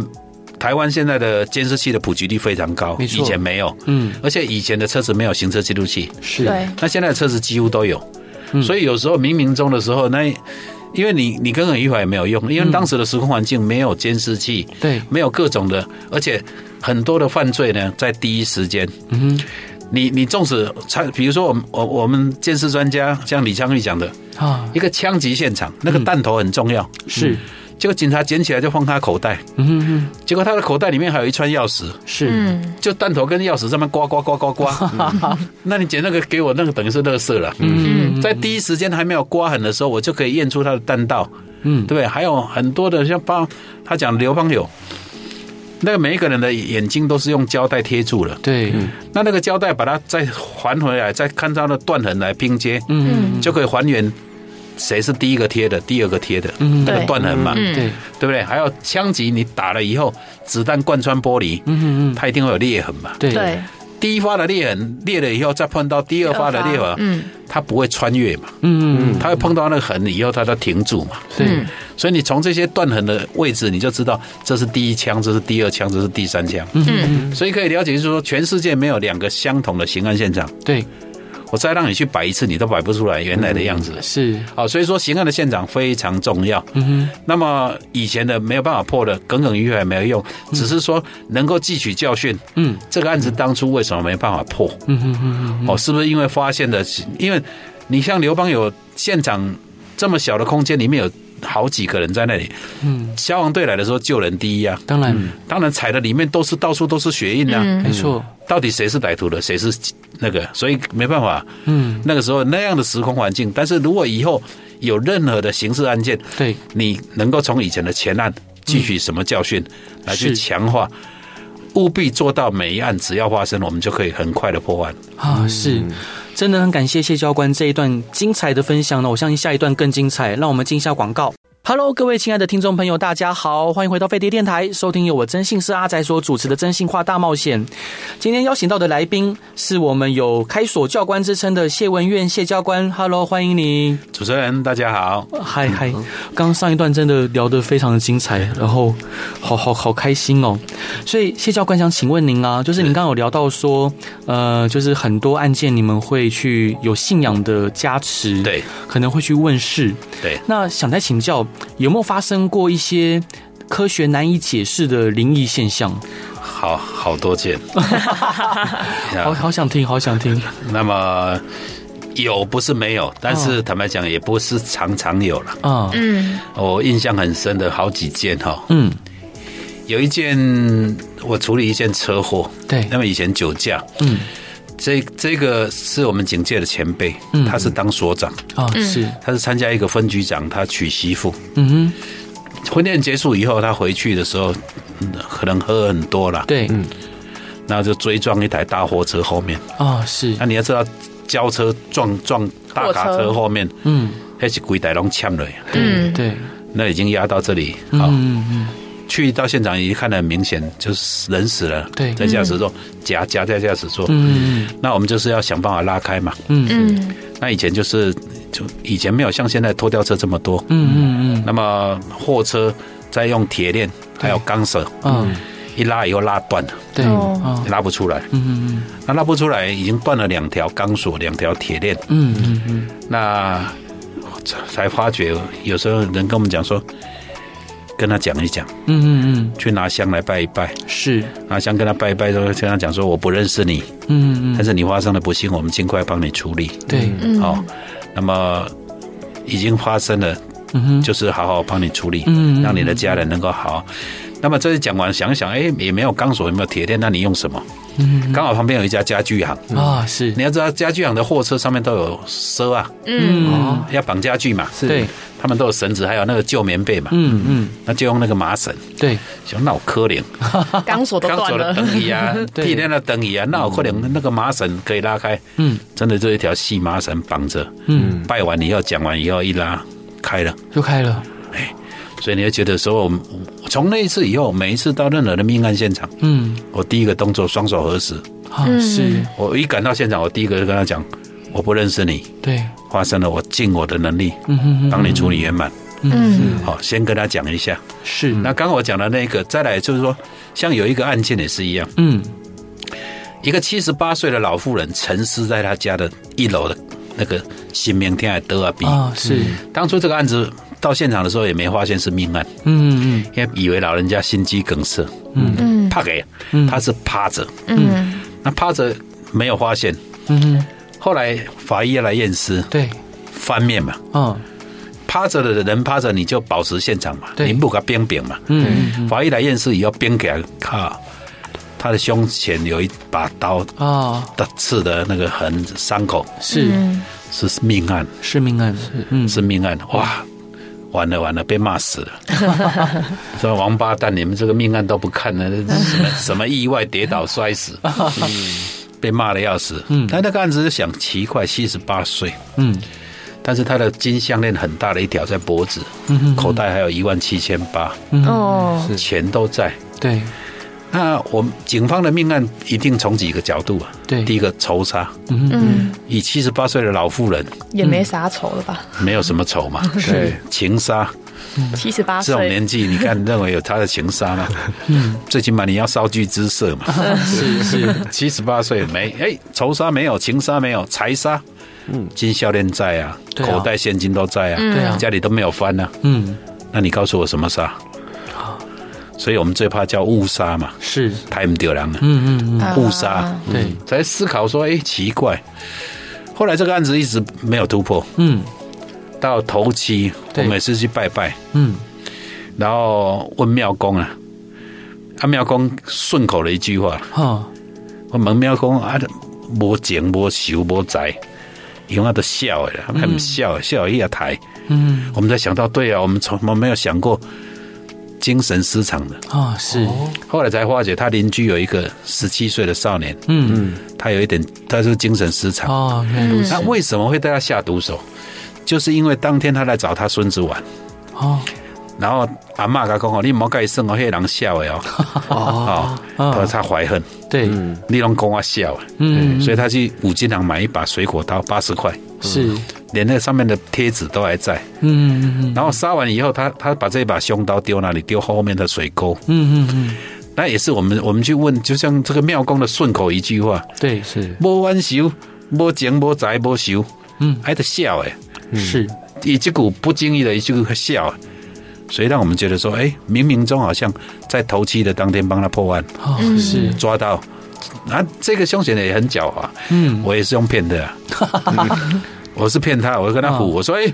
[SPEAKER 4] 台湾现在的监视器的普及率非常高，
[SPEAKER 2] 没错
[SPEAKER 4] 以前没有，
[SPEAKER 1] 嗯，
[SPEAKER 4] 而且以前的车子没有行车记录器，
[SPEAKER 2] 是
[SPEAKER 3] 对，
[SPEAKER 4] 那现在的车子几乎都有，
[SPEAKER 2] 嗯
[SPEAKER 4] 所以有时候冥冥中的时候，那因为你你跟很迂回也没有用，
[SPEAKER 2] 嗯
[SPEAKER 4] 因为当时的时空环境没有监视器，
[SPEAKER 1] 对，
[SPEAKER 4] 没有各种的，而且很多的犯罪呢，在第一时间，嗯你你纵使参，比如说我们我我们监视专家像李昌钰讲的，
[SPEAKER 1] 啊，
[SPEAKER 4] 一个枪击现场那个弹头很重要，
[SPEAKER 2] 嗯
[SPEAKER 1] 是，
[SPEAKER 4] 结果警察捡起来就放他口袋，
[SPEAKER 1] 嗯哼哼，
[SPEAKER 4] 结果他的口袋里面还有一串钥匙，
[SPEAKER 1] 是，
[SPEAKER 3] 嗯，
[SPEAKER 4] 就弹头跟钥匙上面刮刮刮刮 *laughs* 刮，那你捡那个给我，那个等于是垃圾了。嗯，在第一时间还没有刮痕的时候，我就可以验出它的弹道，
[SPEAKER 1] 嗯
[SPEAKER 4] 对不对？还有很多的像帮他讲刘邦友，那个每一个人的眼睛都是用胶带贴住了，
[SPEAKER 1] 对，
[SPEAKER 4] 那那个胶带把它再还回来，再看它的断痕来拼接，
[SPEAKER 1] 嗯，
[SPEAKER 4] 就可以还原谁是第一个贴的，第二个贴的
[SPEAKER 1] 嗯，
[SPEAKER 4] 那个断痕嘛，
[SPEAKER 3] 嗯
[SPEAKER 1] 对，
[SPEAKER 4] 对不对？还有枪击，你打了以后，子弹贯穿玻璃，
[SPEAKER 1] 嗯嗯嗯，
[SPEAKER 4] 它一定会有裂痕嘛。
[SPEAKER 1] 对，
[SPEAKER 3] 对，
[SPEAKER 4] 第一发的裂痕裂了以后，再碰到第二发的裂痕，
[SPEAKER 3] 嗯，
[SPEAKER 4] 它不会穿越嘛，
[SPEAKER 1] 嗯嗯
[SPEAKER 4] 它会碰到那个痕以后，它就停住嘛。
[SPEAKER 1] 对
[SPEAKER 3] 嗯，
[SPEAKER 4] 所以你从这些断痕的位置，你就知道这是第一枪，这是第二枪，这是第三枪。
[SPEAKER 3] 嗯，
[SPEAKER 4] 所以可以了解，就是说全世界没有两个相同的刑案现场。
[SPEAKER 1] 对，
[SPEAKER 4] 我再让你去摆一次，你都摆不出来原来的样子。
[SPEAKER 1] 是，
[SPEAKER 4] 好，所以说刑案的现场非常重要。
[SPEAKER 1] 嗯
[SPEAKER 4] 那么以前的没有办法破的，耿耿于怀没有用，只是说能够汲取教训。
[SPEAKER 1] 嗯
[SPEAKER 4] 这个案子当初为什么没办法破？
[SPEAKER 1] 嗯嗯嗯
[SPEAKER 4] 哦，是不是因为发现的？因为你像刘邦有现场这么小的空间，里面有好几个人在那里，
[SPEAKER 1] 嗯，
[SPEAKER 4] 消防队来的时候救人第一啊。
[SPEAKER 1] 当然，
[SPEAKER 4] 当然踩的里面都是到处都是血印啊，
[SPEAKER 3] 嗯
[SPEAKER 1] 没错，
[SPEAKER 4] 到底谁是歹徒的，谁是那个？所以没办法，
[SPEAKER 1] 嗯，
[SPEAKER 4] 那个时候那样的时空环境。但是如果以后有任何的刑事案件，
[SPEAKER 1] 对，
[SPEAKER 4] 你能够从以前的前案汲取什么教训，来去
[SPEAKER 1] 是
[SPEAKER 4] 强化，务必做到每一案只要发生，我们就可以很快的破案。
[SPEAKER 1] 啊，是，真的很感谢谢教官这一段精彩的分享呢。我相信下一段更精彩，让我们进一下广告。Hello，各位亲爱的听众朋友，大家好，欢迎回到飞碟电台，收听由我真姓是阿宅所主持的《真心话大冒险》。今天邀请到的来宾是我们有开锁教官之称的谢文苑谢教官，Hello，欢迎你。
[SPEAKER 4] 主持人大家好，
[SPEAKER 1] 嗨嗨，刚上一段真的聊得非常的精彩，然后好好好开心哦。所以谢教官想请问您啊，就是您刚刚有聊到说，呃，就是很多案件你们会去有信仰的加持，，
[SPEAKER 4] 对
[SPEAKER 1] 可能会去问世。
[SPEAKER 4] 对，
[SPEAKER 1] 那想再请教，有没有发生过一些科学难以解释的灵异现象？
[SPEAKER 4] 好好
[SPEAKER 1] *laughs*
[SPEAKER 4] 多件。
[SPEAKER 1] 好好想听，好想听。
[SPEAKER 4] 那么有不是没有，但是坦白讲也不是常常有了。
[SPEAKER 1] 啊，
[SPEAKER 3] 嗯，
[SPEAKER 4] 我印象很深的好几件哈，
[SPEAKER 1] 嗯，
[SPEAKER 4] 有一件我处理一件车祸，
[SPEAKER 1] 对
[SPEAKER 4] 那，么以前酒驾，
[SPEAKER 1] 嗯
[SPEAKER 4] 这这个是我们警界的前辈
[SPEAKER 1] 嗯，
[SPEAKER 4] 他是当所长，
[SPEAKER 1] 啊，是，
[SPEAKER 4] 他是参加一个分局长，他娶媳妇，
[SPEAKER 1] 嗯哼，
[SPEAKER 4] 婚宴结束以后，他回去的时候。嗯可能喝很多了，
[SPEAKER 1] 对，
[SPEAKER 4] 那就追撞一台大货车后面。
[SPEAKER 1] 啊，是
[SPEAKER 4] 那，你要知道，轿车撞撞大卡
[SPEAKER 3] 货车
[SPEAKER 4] 车后面，
[SPEAKER 1] 嗯，
[SPEAKER 4] 那是规台拢欠了，
[SPEAKER 1] 对
[SPEAKER 3] 嗯
[SPEAKER 1] 对，
[SPEAKER 4] 那已经压到这里。
[SPEAKER 1] 嗯
[SPEAKER 4] 好，
[SPEAKER 1] 嗯嗯，
[SPEAKER 4] 去到现场已经看得很明显，就是人死了，
[SPEAKER 1] 对
[SPEAKER 4] 在驾驶座夹夹在驾驶座。
[SPEAKER 1] 嗯
[SPEAKER 4] 那我们就是要想办法拉开嘛。
[SPEAKER 1] 嗯嗯
[SPEAKER 3] 嗯， *laughs*
[SPEAKER 4] 那以前就是就以前没有像现在拖吊车这么多，
[SPEAKER 1] 嗯嗯
[SPEAKER 4] 那么货车再用铁链还有钢索
[SPEAKER 1] 嗯嗯，
[SPEAKER 4] 一拉以后拉断了，
[SPEAKER 1] 对，啊，
[SPEAKER 4] 拉不出来。
[SPEAKER 1] 嗯
[SPEAKER 4] 那拉不出来，已经断了两条钢索，两条铁链。
[SPEAKER 1] 嗯嗯嗯
[SPEAKER 4] 那才才发觉，有时候人跟我们讲说，跟他讲一讲，
[SPEAKER 1] 嗯嗯
[SPEAKER 4] 去拿香来拜一拜。
[SPEAKER 1] 嗯，是，
[SPEAKER 4] 啊，想跟他拜一拜，之后跟他讲说我不认识你，
[SPEAKER 1] 嗯嗯
[SPEAKER 4] 但是你发生了不幸，我们尽快帮你处理。
[SPEAKER 1] 对，
[SPEAKER 3] 嗯
[SPEAKER 4] 好、那么已经发生了，
[SPEAKER 1] 嗯哼，
[SPEAKER 4] 就是好好帮你处理，
[SPEAKER 1] 嗯嗯
[SPEAKER 4] 让你的家人能够好。那么这里讲完，想一想，哎，也没有钢索，也没有铁链，那你用什么？
[SPEAKER 1] 嗯
[SPEAKER 4] 刚好旁边有一家家具行，
[SPEAKER 1] 啊是，
[SPEAKER 4] 你要知道家具行的货车上面都有车啊，
[SPEAKER 3] 嗯，
[SPEAKER 1] 哦
[SPEAKER 4] 要绑家具嘛，
[SPEAKER 1] 对，
[SPEAKER 4] 他们都有绳子，还有那个旧棉被嘛，
[SPEAKER 1] 嗯嗯
[SPEAKER 4] 那就用那个麻绳，
[SPEAKER 1] 对，
[SPEAKER 4] 想闹可怜，
[SPEAKER 3] 钢索都
[SPEAKER 4] 刚
[SPEAKER 3] 断
[SPEAKER 4] 走的
[SPEAKER 3] 了，
[SPEAKER 4] 灯椅啊，
[SPEAKER 1] 对
[SPEAKER 4] 地面的灯椅啊，那有可能那个麻绳可以拉开，
[SPEAKER 1] 嗯
[SPEAKER 4] 真的就一条细麻绳绑着，
[SPEAKER 1] 嗯
[SPEAKER 4] 拜完以后讲完以后一拉开了，
[SPEAKER 1] 就开了，
[SPEAKER 4] 所以你会觉得说，我们我从那一次以后，每一次到任何的命案现场，
[SPEAKER 1] 嗯
[SPEAKER 4] 我第一个动作双手合十，
[SPEAKER 1] 啊是，
[SPEAKER 4] 我一赶到现场，我第一个就跟他讲，我不认识你，
[SPEAKER 1] 对，
[SPEAKER 4] 发生了，我尽我的能力
[SPEAKER 1] 嗯嗯嗯，
[SPEAKER 4] 帮你处理圆满。
[SPEAKER 3] 嗯
[SPEAKER 4] 好、先跟他讲一下。
[SPEAKER 1] 是，
[SPEAKER 4] 那刚刚我讲的那个，再来就是说，像有一个案件也是一样，
[SPEAKER 1] 嗯
[SPEAKER 4] 一个七十八岁的老妇人沉尸在她家的一楼的那个新明天海德尔比。
[SPEAKER 1] 啊是，
[SPEAKER 4] 当初这个案子到现场的时候也没发现是命案，
[SPEAKER 1] 嗯嗯
[SPEAKER 4] 因为以为老人家心肌梗塞，
[SPEAKER 3] 嗯
[SPEAKER 4] 怕给啊
[SPEAKER 1] 嗯，
[SPEAKER 4] 他是趴着，
[SPEAKER 3] 嗯
[SPEAKER 4] 那趴着没有发现。
[SPEAKER 1] 嗯嗯
[SPEAKER 4] 后来法医来验尸，
[SPEAKER 1] 对，
[SPEAKER 4] 翻面嘛，
[SPEAKER 1] 嗯
[SPEAKER 4] 趴着的人趴着你就保持现场嘛，
[SPEAKER 1] 对
[SPEAKER 4] 你不给他冰冰嘛。
[SPEAKER 1] 嗯嗯
[SPEAKER 4] 法医来验尸以后，冰给他靠，他的胸前有一把刀
[SPEAKER 1] 嗯啊
[SPEAKER 4] 的刺的那个痕伤口
[SPEAKER 1] 是
[SPEAKER 4] 是命案，
[SPEAKER 1] 是命案，是嗯
[SPEAKER 4] 是命案，哇！完了完了，被骂死了！
[SPEAKER 1] *laughs*
[SPEAKER 4] 说王八蛋，你们这个命案都不看呢，这是什么什么意外跌倒摔死，嗯被骂的要死。
[SPEAKER 1] 嗯
[SPEAKER 4] 但那个案子就想奇怪，七十八岁，
[SPEAKER 1] 嗯
[SPEAKER 4] 但是他的金项链很大的一条在脖子，
[SPEAKER 1] 嗯嗯
[SPEAKER 4] 口袋还有一万七千八，
[SPEAKER 1] 嗯
[SPEAKER 3] 哦，
[SPEAKER 4] 钱都在。
[SPEAKER 1] 对
[SPEAKER 4] 那我们警方的命案一定从几个角度啊？
[SPEAKER 1] 对
[SPEAKER 4] 第一个仇杀，
[SPEAKER 1] 嗯嗯
[SPEAKER 3] 嗯，
[SPEAKER 4] 以七十八岁的老妇人，
[SPEAKER 3] 也没啥仇了吧？
[SPEAKER 4] 没有什么仇嘛。
[SPEAKER 2] 对，
[SPEAKER 4] 情杀，
[SPEAKER 3] 七十
[SPEAKER 1] 啊
[SPEAKER 3] 八
[SPEAKER 4] 这种
[SPEAKER 3] 岁，
[SPEAKER 4] 年纪，你看认为有他的情杀
[SPEAKER 1] *laughs*
[SPEAKER 4] 吗？
[SPEAKER 1] 嗯
[SPEAKER 4] 最起码你要稍具姿色嘛。
[SPEAKER 1] 啊是是
[SPEAKER 4] 七十八岁没，哎，仇杀没有，情杀没有，财杀，嗯，金项链在啊，
[SPEAKER 1] 对啊
[SPEAKER 4] 口袋现金都在啊，
[SPEAKER 1] 对啊
[SPEAKER 4] 家里都没有翻啊。
[SPEAKER 1] 嗯
[SPEAKER 4] 那你告诉我什么杀？所以我们最怕叫误杀嘛，
[SPEAKER 1] 是
[SPEAKER 4] 太不丢人了。
[SPEAKER 1] 嗯嗯
[SPEAKER 3] 啊
[SPEAKER 4] 误杀，
[SPEAKER 1] 嗯对
[SPEAKER 4] 才思考说，哎，奇怪。后来这个案子一直没有突破，
[SPEAKER 1] 嗯
[SPEAKER 4] 到头七，我
[SPEAKER 1] 对
[SPEAKER 4] 每次去拜拜，
[SPEAKER 1] 嗯
[SPEAKER 4] 然后问庙公啊，啊庙公顺口的一句话，
[SPEAKER 1] 哈
[SPEAKER 4] 我问庙公啊，无情无仇无财，因啊为都笑的啦，还不笑的，笑一下台，
[SPEAKER 1] 嗯
[SPEAKER 4] 我们才想到，对啊，我们从我们没有想过精神失常的。
[SPEAKER 1] 啊是
[SPEAKER 4] 后来才发觉，他邻居有一个十七岁的少年，
[SPEAKER 1] 嗯
[SPEAKER 4] 他有一点，他是精神失常。
[SPEAKER 1] 哦原来如此
[SPEAKER 4] 那为什么会对他下毒手？就是因为当天他来找他孙子玩，
[SPEAKER 1] 哦
[SPEAKER 4] 然后阿妈他讲哦，你莫甲伊耍哦，迄人笑
[SPEAKER 1] *laughs*
[SPEAKER 4] 的哦，哦，
[SPEAKER 1] 啊
[SPEAKER 4] 他他怀恨，
[SPEAKER 1] 对
[SPEAKER 4] 你拢讲我笑的，
[SPEAKER 1] 嗯
[SPEAKER 4] 所以他去五金行买一把水果刀，八十块，
[SPEAKER 1] 是
[SPEAKER 4] 连那上面的贴纸都还在。
[SPEAKER 1] 嗯嗯嗯
[SPEAKER 4] 然后杀完以后，他他把这把凶刀丢哪里？丢后面的水沟。
[SPEAKER 1] 嗯嗯嗯
[SPEAKER 4] 那也是我们我们去问，就像这个庙公的顺口一句话：
[SPEAKER 1] 对是
[SPEAKER 4] 无冤仇，无情，无财，无仇，
[SPEAKER 1] 嗯
[SPEAKER 4] 还得笑诶。
[SPEAKER 1] 是
[SPEAKER 4] 以这股不经意的一句笑，啊所以让我们觉得说，哎，冥冥中好像在头七的当天帮他破案，
[SPEAKER 1] 哦是
[SPEAKER 4] 抓到。啊，这个凶险的也很狡猾，
[SPEAKER 1] 嗯
[SPEAKER 4] 我也是用骗
[SPEAKER 1] *laughs*
[SPEAKER 4] 的、啊，我是骗他，我跟他唬，
[SPEAKER 1] 嗯
[SPEAKER 4] 我说，哎，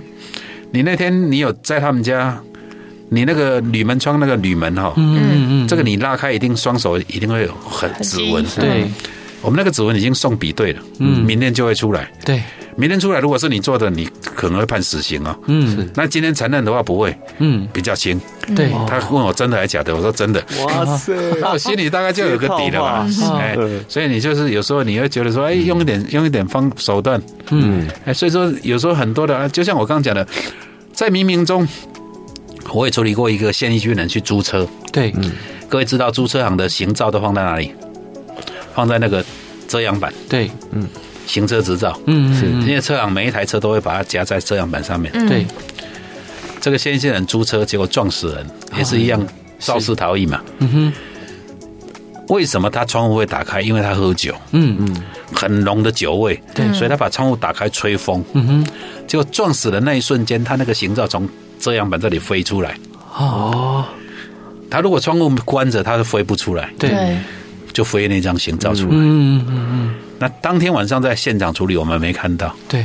[SPEAKER 4] 你那天你有在他们家，你那个铝门窗那个铝门哈、哦，
[SPEAKER 1] 嗯嗯
[SPEAKER 4] 这个你拉开一定双手一定会有很
[SPEAKER 3] 很
[SPEAKER 4] 指纹，
[SPEAKER 3] 清楚
[SPEAKER 1] 对
[SPEAKER 4] 我们那个指纹已经送比对了，
[SPEAKER 1] 嗯
[SPEAKER 4] 明天就会出来，
[SPEAKER 1] 对
[SPEAKER 4] 明天出来如果是你做的，你可能会判死刑哦。
[SPEAKER 1] 嗯
[SPEAKER 4] 那今天承认的话不会，
[SPEAKER 1] 嗯
[SPEAKER 4] 比较轻。
[SPEAKER 1] 对
[SPEAKER 4] 他问我真的还假的，我说真的，
[SPEAKER 2] 哇塞，
[SPEAKER 4] 那我心里大概就有个底了吧
[SPEAKER 2] 这。
[SPEAKER 4] 哎
[SPEAKER 2] 嗯，
[SPEAKER 4] 所以你就是有时候你会觉得说，哎，用一点用一点方手段，
[SPEAKER 1] 嗯
[SPEAKER 4] 哎，所以说有时候很多的啊，就像我刚刚讲的，在冥冥中，我也处理过一个现役军人去租车，
[SPEAKER 1] 对
[SPEAKER 4] 各位知道租车行的行照都放在哪里？放在那个遮阳板，
[SPEAKER 1] 对
[SPEAKER 4] 行车执照。
[SPEAKER 1] 嗯
[SPEAKER 4] 因为车行每一台车都会把它夹在遮阳板上面。
[SPEAKER 1] 对
[SPEAKER 4] 这个县县人租车，结果撞死人，也是一样肇事逃逸嘛。
[SPEAKER 1] 嗯哼
[SPEAKER 4] 为什么他窗户会打开？因为他喝酒，
[SPEAKER 1] 嗯嗯
[SPEAKER 4] 很浓的酒味，对，所以他把窗户打开吹风。
[SPEAKER 1] 嗯哼
[SPEAKER 4] 结果撞死的那一瞬间，他那个形状从遮阳板这里飞出来。
[SPEAKER 1] 哦
[SPEAKER 4] 他如果窗户关着，他是飞不出来，
[SPEAKER 1] 对
[SPEAKER 3] 对，
[SPEAKER 4] 就飞那张形照出来。
[SPEAKER 1] 嗯嗯嗯
[SPEAKER 4] 那当天晚上在现场处理，我们没看到。
[SPEAKER 1] 对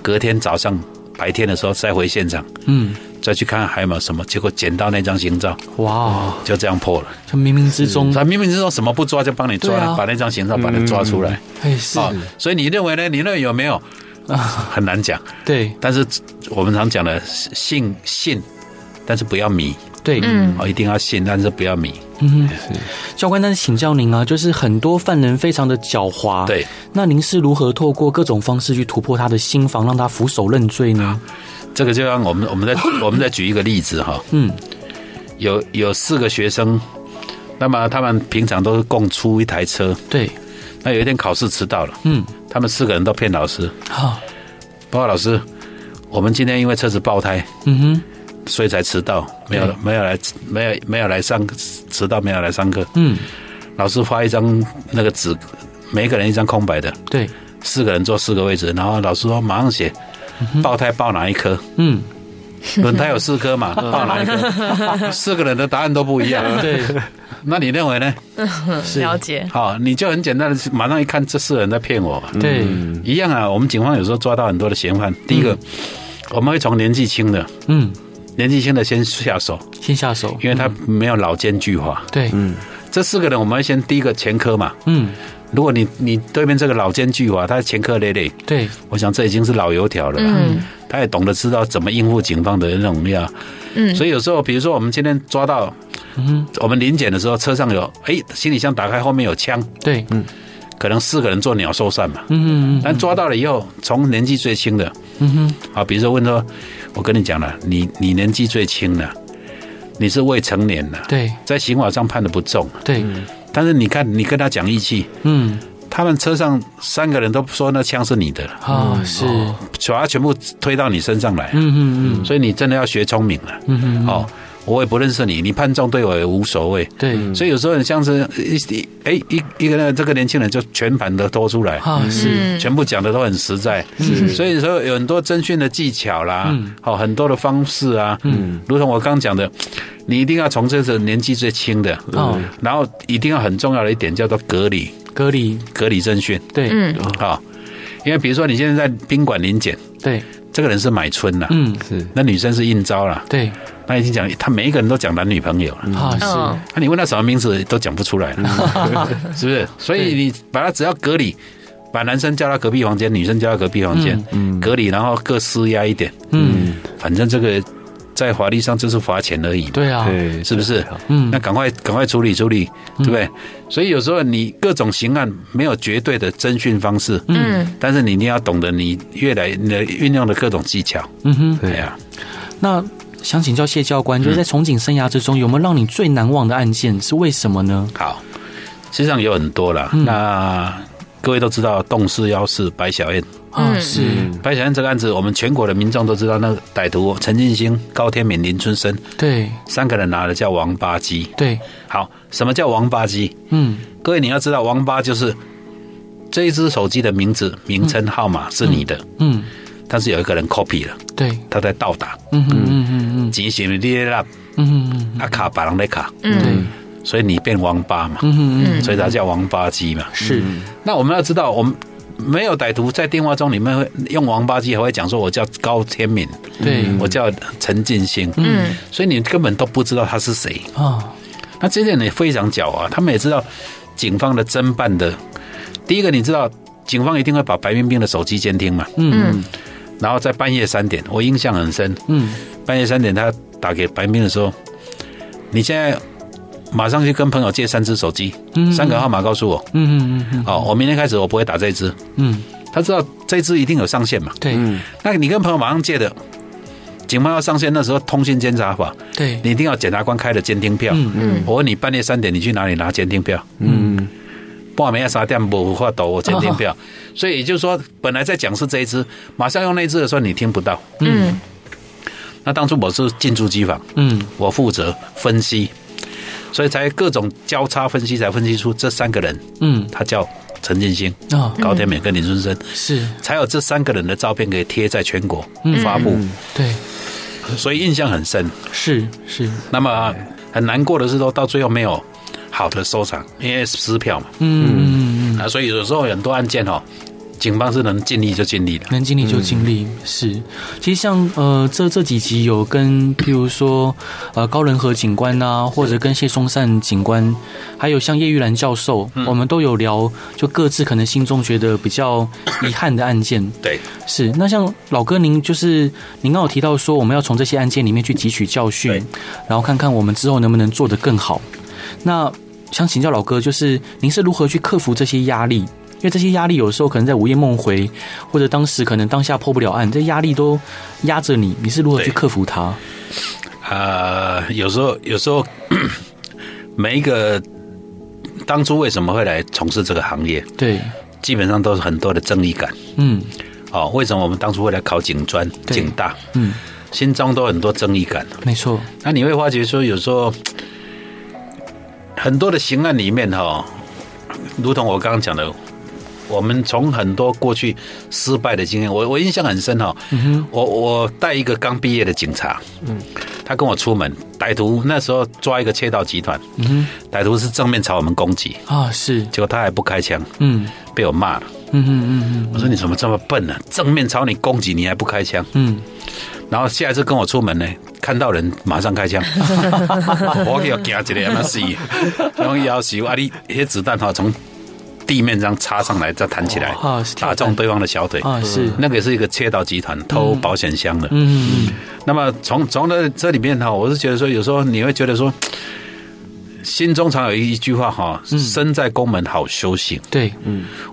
[SPEAKER 4] 隔天早上白天的时候再回现场，
[SPEAKER 1] 嗯
[SPEAKER 4] 再去看还有没有什么，结果捡到那张形照，
[SPEAKER 1] 哇
[SPEAKER 4] 就这样破了。
[SPEAKER 1] 就冥冥之中
[SPEAKER 4] 他啊明明知道什么不抓，就帮你抓，
[SPEAKER 1] 对啊
[SPEAKER 4] 把那张形照把它抓出来。
[SPEAKER 1] 哎是啊
[SPEAKER 4] 啊、所以你认为呢？你认为有没有？很难讲。
[SPEAKER 1] 对
[SPEAKER 4] 但是我们常讲的信信，但是不要迷
[SPEAKER 1] 对
[SPEAKER 3] 嗯
[SPEAKER 4] 哦，一定要信，但是不要迷。
[SPEAKER 1] 嗯教官，但是请教您啊，就是很多犯人非常的狡猾，
[SPEAKER 4] 对，
[SPEAKER 1] 那您是如何透过各种方式去突破他的心防，让他俯首认罪呢？
[SPEAKER 4] 这个就让我们我们再我们再举一个例子哈，
[SPEAKER 1] 啊嗯
[SPEAKER 4] 有有四个学生，那么他们平常都是共出一台车，
[SPEAKER 1] 对，
[SPEAKER 4] 那有一天考试迟到了，
[SPEAKER 1] 嗯
[SPEAKER 4] 他们四个人都骗老师，
[SPEAKER 1] 好，
[SPEAKER 4] 报告老师，我们今天因为车子爆胎，
[SPEAKER 1] 嗯哼，
[SPEAKER 4] 所以才迟到，没有
[SPEAKER 1] 对
[SPEAKER 4] 没有来没有没有来上迟到，没有来上课。
[SPEAKER 1] 嗯，
[SPEAKER 4] 老师发一张那个纸，每一个人一张空白的，
[SPEAKER 1] 对，
[SPEAKER 4] 四个人坐四个位置，然后老师说马上写爆胎爆哪一颗，
[SPEAKER 1] *laughs* 嗯，
[SPEAKER 4] 轮胎有四颗嘛，爆哪
[SPEAKER 1] *laughs*
[SPEAKER 4] 一颗，四个人的答案都不一样。
[SPEAKER 1] 对，哎
[SPEAKER 4] 那你认为呢？
[SPEAKER 1] 是
[SPEAKER 3] 了解，
[SPEAKER 4] 好，你就很简单的，马上一看，这四个人在骗我嘛。
[SPEAKER 1] 对，
[SPEAKER 4] 一样啊，我们警方有时候抓到很多的嫌犯，第一个，我们会从年纪轻的，
[SPEAKER 1] 嗯，
[SPEAKER 4] 年纪轻的先下手，
[SPEAKER 1] 先下手，
[SPEAKER 4] 因为他没有老奸巨猾。
[SPEAKER 1] 对，
[SPEAKER 4] 这四个人，我们会先第一个前科嘛。
[SPEAKER 1] 嗯，
[SPEAKER 4] 如果你你对面这个老奸巨猾，他前科累累，
[SPEAKER 1] 对，
[SPEAKER 4] 我想这已经是老油条了啦。
[SPEAKER 3] 嗯
[SPEAKER 4] 他也懂得知道怎么应付警方的那种料，
[SPEAKER 3] 嗯，
[SPEAKER 4] 所以有时候，比如说我们今天抓到，
[SPEAKER 1] 嗯，
[SPEAKER 4] 我们临检的时候，车上有，哎，行李箱打开，后面有枪，
[SPEAKER 1] 对，嗯
[SPEAKER 4] 可能四个人做鸟兽散嘛。
[SPEAKER 1] 嗯
[SPEAKER 4] 但抓到了以后，从年纪最轻的，
[SPEAKER 1] 嗯哼，
[SPEAKER 4] 啊，比如说问说，我跟你讲了，你你年纪最轻了，你是未成年了，
[SPEAKER 1] 对
[SPEAKER 4] 在刑法上判的不重，
[SPEAKER 1] 对，
[SPEAKER 4] 但是你看你跟他讲义气，
[SPEAKER 1] 嗯，
[SPEAKER 4] 他们车上三个人都说那枪是你的了，
[SPEAKER 1] 啊是，
[SPEAKER 4] 把他全部推到你身上来，
[SPEAKER 1] 嗯嗯嗯
[SPEAKER 4] 所以你真的要学聪明了。
[SPEAKER 1] 嗯嗯，
[SPEAKER 4] 哦，我也不认识你，你判重对我也无所谓。
[SPEAKER 1] 对，
[SPEAKER 4] 所以有时候很像是一一哎一一个那个这个年轻人就全盘的拖出来，
[SPEAKER 1] 啊是，
[SPEAKER 3] 嗯
[SPEAKER 4] 全部讲的都很实在，所以说有很多侦讯的技巧啦
[SPEAKER 1] 嗯，
[SPEAKER 4] 好、很多的方式啊，嗯，如同我刚讲的，你一定要从这个年纪最轻的，
[SPEAKER 1] 哦
[SPEAKER 4] 然后一定要很重要的一点叫做隔离，
[SPEAKER 1] 隔离，
[SPEAKER 4] 隔离侦讯，
[SPEAKER 1] 对
[SPEAKER 3] 嗯
[SPEAKER 4] 好、啊因为比如说你现在在宾馆临检，
[SPEAKER 1] 对，
[SPEAKER 4] 这个人是买春啦，
[SPEAKER 1] 嗯
[SPEAKER 2] 是
[SPEAKER 4] 那女生是应招啦，
[SPEAKER 1] 对，
[SPEAKER 4] 那已经讲他每一个人都讲男女朋友了。
[SPEAKER 1] 啊是，
[SPEAKER 3] 嗯
[SPEAKER 4] 那、你问他什么名字都讲不出来
[SPEAKER 1] *laughs*
[SPEAKER 4] 了，是不是？所以你把他只要隔离，把男生叫到隔壁房间，女生叫到隔壁房间，隔离，然后各施压一点，
[SPEAKER 1] 嗯
[SPEAKER 4] 反正这个在法律上就是罚钱而已，
[SPEAKER 1] 对啊，
[SPEAKER 2] 对，
[SPEAKER 4] 是不是？
[SPEAKER 1] 嗯
[SPEAKER 4] 那赶快赶快处理处理，对不对？所以有时候你各种刑案没有绝对的侦讯方式，
[SPEAKER 3] 嗯，
[SPEAKER 4] 但是你一定要懂得你越来你的运用的各种技巧，
[SPEAKER 1] 嗯哼，
[SPEAKER 4] 哎
[SPEAKER 2] 对
[SPEAKER 4] 呀，
[SPEAKER 1] 那。想请教谢教官，就是在从警生涯之中，有没有让你最难忘的案件？是为什么呢？
[SPEAKER 4] 好，实际上有很多啦。那各位都知道，动四幺四白小燕。
[SPEAKER 3] 嗯
[SPEAKER 1] 啊，是
[SPEAKER 4] 白小燕这个案子，我们全国的民众都知道，那个歹徒陈进兴、高天敏、林春生
[SPEAKER 1] 对，
[SPEAKER 4] 三个人拿的叫王八鸡。
[SPEAKER 1] 对，
[SPEAKER 4] 好，什么叫王八鸡？
[SPEAKER 1] 嗯，
[SPEAKER 4] 各位你要知道，王八就是这一只手机的名字、名称、号码是你的，
[SPEAKER 1] 嗯，
[SPEAKER 4] 但是有一个人 copy 了，
[SPEAKER 1] 对，
[SPEAKER 4] 他在倒打，
[SPEAKER 1] 嗯嗯嗯嗯
[SPEAKER 4] 钱是你的啦，
[SPEAKER 1] 嗯嗯
[SPEAKER 4] 啊卡把人的卡，
[SPEAKER 1] 嗯，对，
[SPEAKER 4] 所以你变王八嘛，
[SPEAKER 1] 嗯嗯嗯，
[SPEAKER 4] 所以他叫王八鸡嘛。嗯
[SPEAKER 1] 是，
[SPEAKER 4] 那我们要知道，我们没有歹徒在电话中里面会用王八鸡，还会讲说我叫高天敏，
[SPEAKER 1] 对，
[SPEAKER 4] 我叫陈进兴，
[SPEAKER 3] 嗯，
[SPEAKER 4] 所以你根本都不知道他是谁。
[SPEAKER 1] 啊，
[SPEAKER 4] 那这点也非常狡猾，他们也知道警方的侦办的。第一个，你知道警方一定会把白冰冰的手机监听嘛，
[SPEAKER 1] 嗯
[SPEAKER 4] 然后在半夜三点，我印象很深，
[SPEAKER 1] 嗯，
[SPEAKER 4] 半夜三点他打给白冰冰的时候，你现在马上去跟朋友借三只手机，
[SPEAKER 1] 嗯
[SPEAKER 4] 三个号码告诉我，
[SPEAKER 1] 嗯嗯嗯
[SPEAKER 4] 哦，我明天开始我不会打这只，
[SPEAKER 1] 嗯，
[SPEAKER 4] 他知道这只一定有上限嘛，
[SPEAKER 1] 对，
[SPEAKER 4] 那你跟朋友马上借的，警方要上线那时候通讯监察法，
[SPEAKER 1] 对，
[SPEAKER 4] 你一定要检察官开的监听票。
[SPEAKER 1] 嗯
[SPEAKER 3] 嗯
[SPEAKER 4] 我问你半夜三点你去哪里拿监听票？
[SPEAKER 2] 嗯，
[SPEAKER 4] 半夜三点无法抖我监听票，所以也就是说，本来在讲是这一支，马上用那一支的时候你听不到。
[SPEAKER 3] 嗯
[SPEAKER 4] 那当初我是进驻机房，
[SPEAKER 1] 嗯，
[SPEAKER 4] 我负责分析，所以才各种交叉分析，才分析出这三个人，
[SPEAKER 1] 嗯，
[SPEAKER 4] 他叫陈进兴、
[SPEAKER 1] 啊，
[SPEAKER 4] 高天美跟林春生，
[SPEAKER 1] 是，
[SPEAKER 4] 才有这三个人的照片可以贴在全国发布，
[SPEAKER 1] 对，
[SPEAKER 4] 所以印象很深。
[SPEAKER 1] 是是，
[SPEAKER 4] 那么很难过的是说，到最后没有好的收场，因为撕票嘛。
[SPEAKER 1] 嗯嗯嗯，
[SPEAKER 4] 啊，所以有时候很多案件哦，警方是能尽力就尽力的。
[SPEAKER 1] 能尽力就尽力，是。其实像呃这这几集有跟，譬如说呃高仁和警官呐、或者跟谢松善警官，还有像叶玉兰教授，我们都有聊，就各自可能心中觉得比较遗憾的案件。
[SPEAKER 4] 对，
[SPEAKER 1] 是，那像老哥您就是您刚有提到说，我们要从这些案件里面去汲取教训
[SPEAKER 4] 对，
[SPEAKER 1] 然后看看我们之后能不能做得更好。那想请教老哥，就是您是如何去克服这些压力？因为这些压力有时候可能在午夜梦回，或者当时可能当下破不了案，这压力都压着你，你是如何去
[SPEAKER 4] 对
[SPEAKER 1] 克服它？
[SPEAKER 4] 啊，有时候有时候 *coughs* 每一个当初为什么会来从事这个行业，
[SPEAKER 1] 对，
[SPEAKER 4] 基本上都是很多的正义感。
[SPEAKER 1] 嗯
[SPEAKER 4] 哦，为什么我们当初会来考警专、
[SPEAKER 1] 对
[SPEAKER 4] 警大？
[SPEAKER 1] 嗯，
[SPEAKER 4] 心中都很多正义感。
[SPEAKER 1] 没错，
[SPEAKER 4] 那你会发觉说，有时候很多的刑案里面哈、如同我刚刚讲的，我们从很多过去失败的经验，我我印象很深哈、
[SPEAKER 1] 嗯
[SPEAKER 4] 我我带一个刚毕业的警察，嗯，他跟我出门，歹徒那时候抓一个窃盗集团，嗯，歹徒是正面朝我们攻击，
[SPEAKER 1] 啊，是，
[SPEAKER 4] 结果他还不开枪，
[SPEAKER 1] 嗯
[SPEAKER 4] 被我骂了。
[SPEAKER 1] 嗯嗯嗯
[SPEAKER 4] 我说你怎么这么笨呢、正面朝你攻击，你还不开枪？
[SPEAKER 1] 嗯
[SPEAKER 4] 然后下一次跟我出门呢，看到人马
[SPEAKER 1] *laughs*
[SPEAKER 4] 上开枪，哦我给要夹起来，那是，然后要死啊！你那些子弹哈从地面上插上来，再弹起来
[SPEAKER 1] 哇哦是，跳
[SPEAKER 4] 打
[SPEAKER 1] 弹
[SPEAKER 4] 中对方的小腿
[SPEAKER 1] 嗯，。啊，是，
[SPEAKER 4] 那个也是一个窃盗集团偷保险箱的。
[SPEAKER 1] 嗯嗯
[SPEAKER 4] 那么从从那这里面哈，我是觉得说，有时候你会觉得说，心中常有一句话哈，
[SPEAKER 1] 嗯
[SPEAKER 4] 身在宫门好修行。
[SPEAKER 1] 对，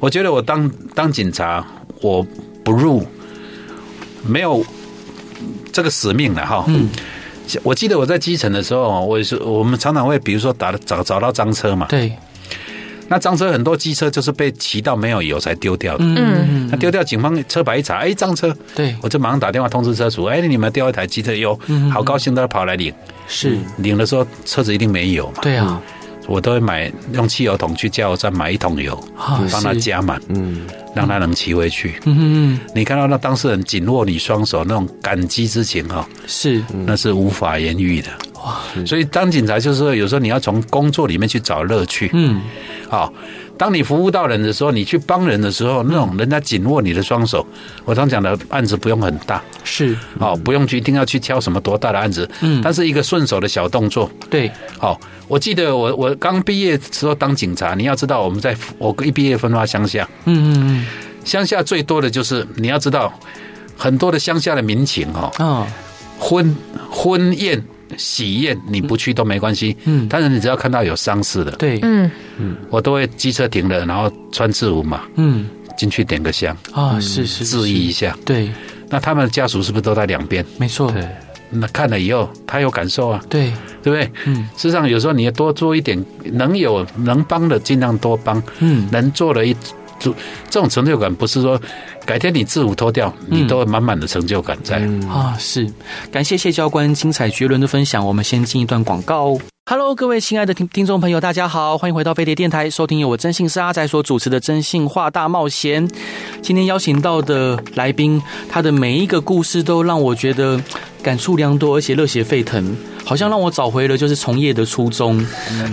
[SPEAKER 4] 我觉得我当当警察，我不入，没有这个使命了哈。嗯，我记得我在基层的时候，我也是我们常常会，比如说打找找到赃车嘛，
[SPEAKER 1] 对，
[SPEAKER 4] 那赃车很多机车就是被骑到没有油才丢掉的。
[SPEAKER 1] 嗯
[SPEAKER 4] 那丢掉，警方车牌一查，哎，赃车，
[SPEAKER 1] 对，
[SPEAKER 4] 我就马上打电话通知车主，哎，你们掉一台机车油，
[SPEAKER 1] 嗯
[SPEAKER 4] 好高兴都跑来领，
[SPEAKER 1] 是，
[SPEAKER 4] 领的时候车子一定没油嘛，
[SPEAKER 1] 对啊，
[SPEAKER 4] 我都会买用汽油桶去加油站买一桶油，
[SPEAKER 1] 啊
[SPEAKER 4] 帮他
[SPEAKER 1] 是
[SPEAKER 4] 加满，
[SPEAKER 2] 嗯，
[SPEAKER 4] 让他能骑回去。
[SPEAKER 1] 嗯嗯
[SPEAKER 4] 你看到那当事人紧握你双手那种感激之情哈、
[SPEAKER 1] 嗯，是，
[SPEAKER 4] 那是无法言喻的。
[SPEAKER 1] 哇，
[SPEAKER 4] 所以当警察就是说，有时候你要从工作里面去找乐趣
[SPEAKER 1] 嗯
[SPEAKER 4] 啊、当你服务到人的时候，你去帮人的时候，那种人家紧握你的双手，我常讲的案子不用很大
[SPEAKER 1] 是，
[SPEAKER 4] 哦，不用去一定要去挑什么多大的案子，
[SPEAKER 1] 嗯
[SPEAKER 4] 但是一个顺手的小动作，
[SPEAKER 1] 对，
[SPEAKER 4] 哦，我记得我我刚毕业的时候当警察，你要知道我们在我一毕业分发乡下，
[SPEAKER 1] 嗯嗯
[SPEAKER 4] 乡下最多的就是你要知道很多的乡下的民情哦，
[SPEAKER 1] 嗯，啊，
[SPEAKER 4] 婚婚宴、喜宴，你不去都没关系。
[SPEAKER 1] 嗯
[SPEAKER 4] 但是你只要看到有丧事的，
[SPEAKER 1] 对，
[SPEAKER 3] 嗯，
[SPEAKER 4] 我都会机车停了，然后穿制服嘛，
[SPEAKER 1] 嗯
[SPEAKER 4] 进去点个香，
[SPEAKER 1] 啊，是是，
[SPEAKER 4] 致意一下。
[SPEAKER 1] 对，
[SPEAKER 4] 那他们的家属是不是都在两边？
[SPEAKER 1] 没错，
[SPEAKER 2] 对，
[SPEAKER 4] 那看了以后，他有感受啊，
[SPEAKER 1] 对，
[SPEAKER 4] 对不对？
[SPEAKER 1] 嗯
[SPEAKER 4] 事实上，有时候你也多做一点，能有能帮的尽量多帮，
[SPEAKER 1] 嗯，
[SPEAKER 4] 能做的一做，这种成就感不是说改天你制服脱掉，你都有满满的成就感在。
[SPEAKER 3] 嗯
[SPEAKER 2] 嗯
[SPEAKER 1] 啊，是，感谢谢教官精彩绝伦的分享。我们先进一段广告哦。Hello，各位亲爱的听听众朋友，大家好，欢迎回到飞碟电台，收听由我真心是阿仔所主持的《真心话大冒险》。今天邀请到的来宾，他的每一个故事都让我觉得感触良多，而且热血沸腾，好像让我找回了就是从业的初衷。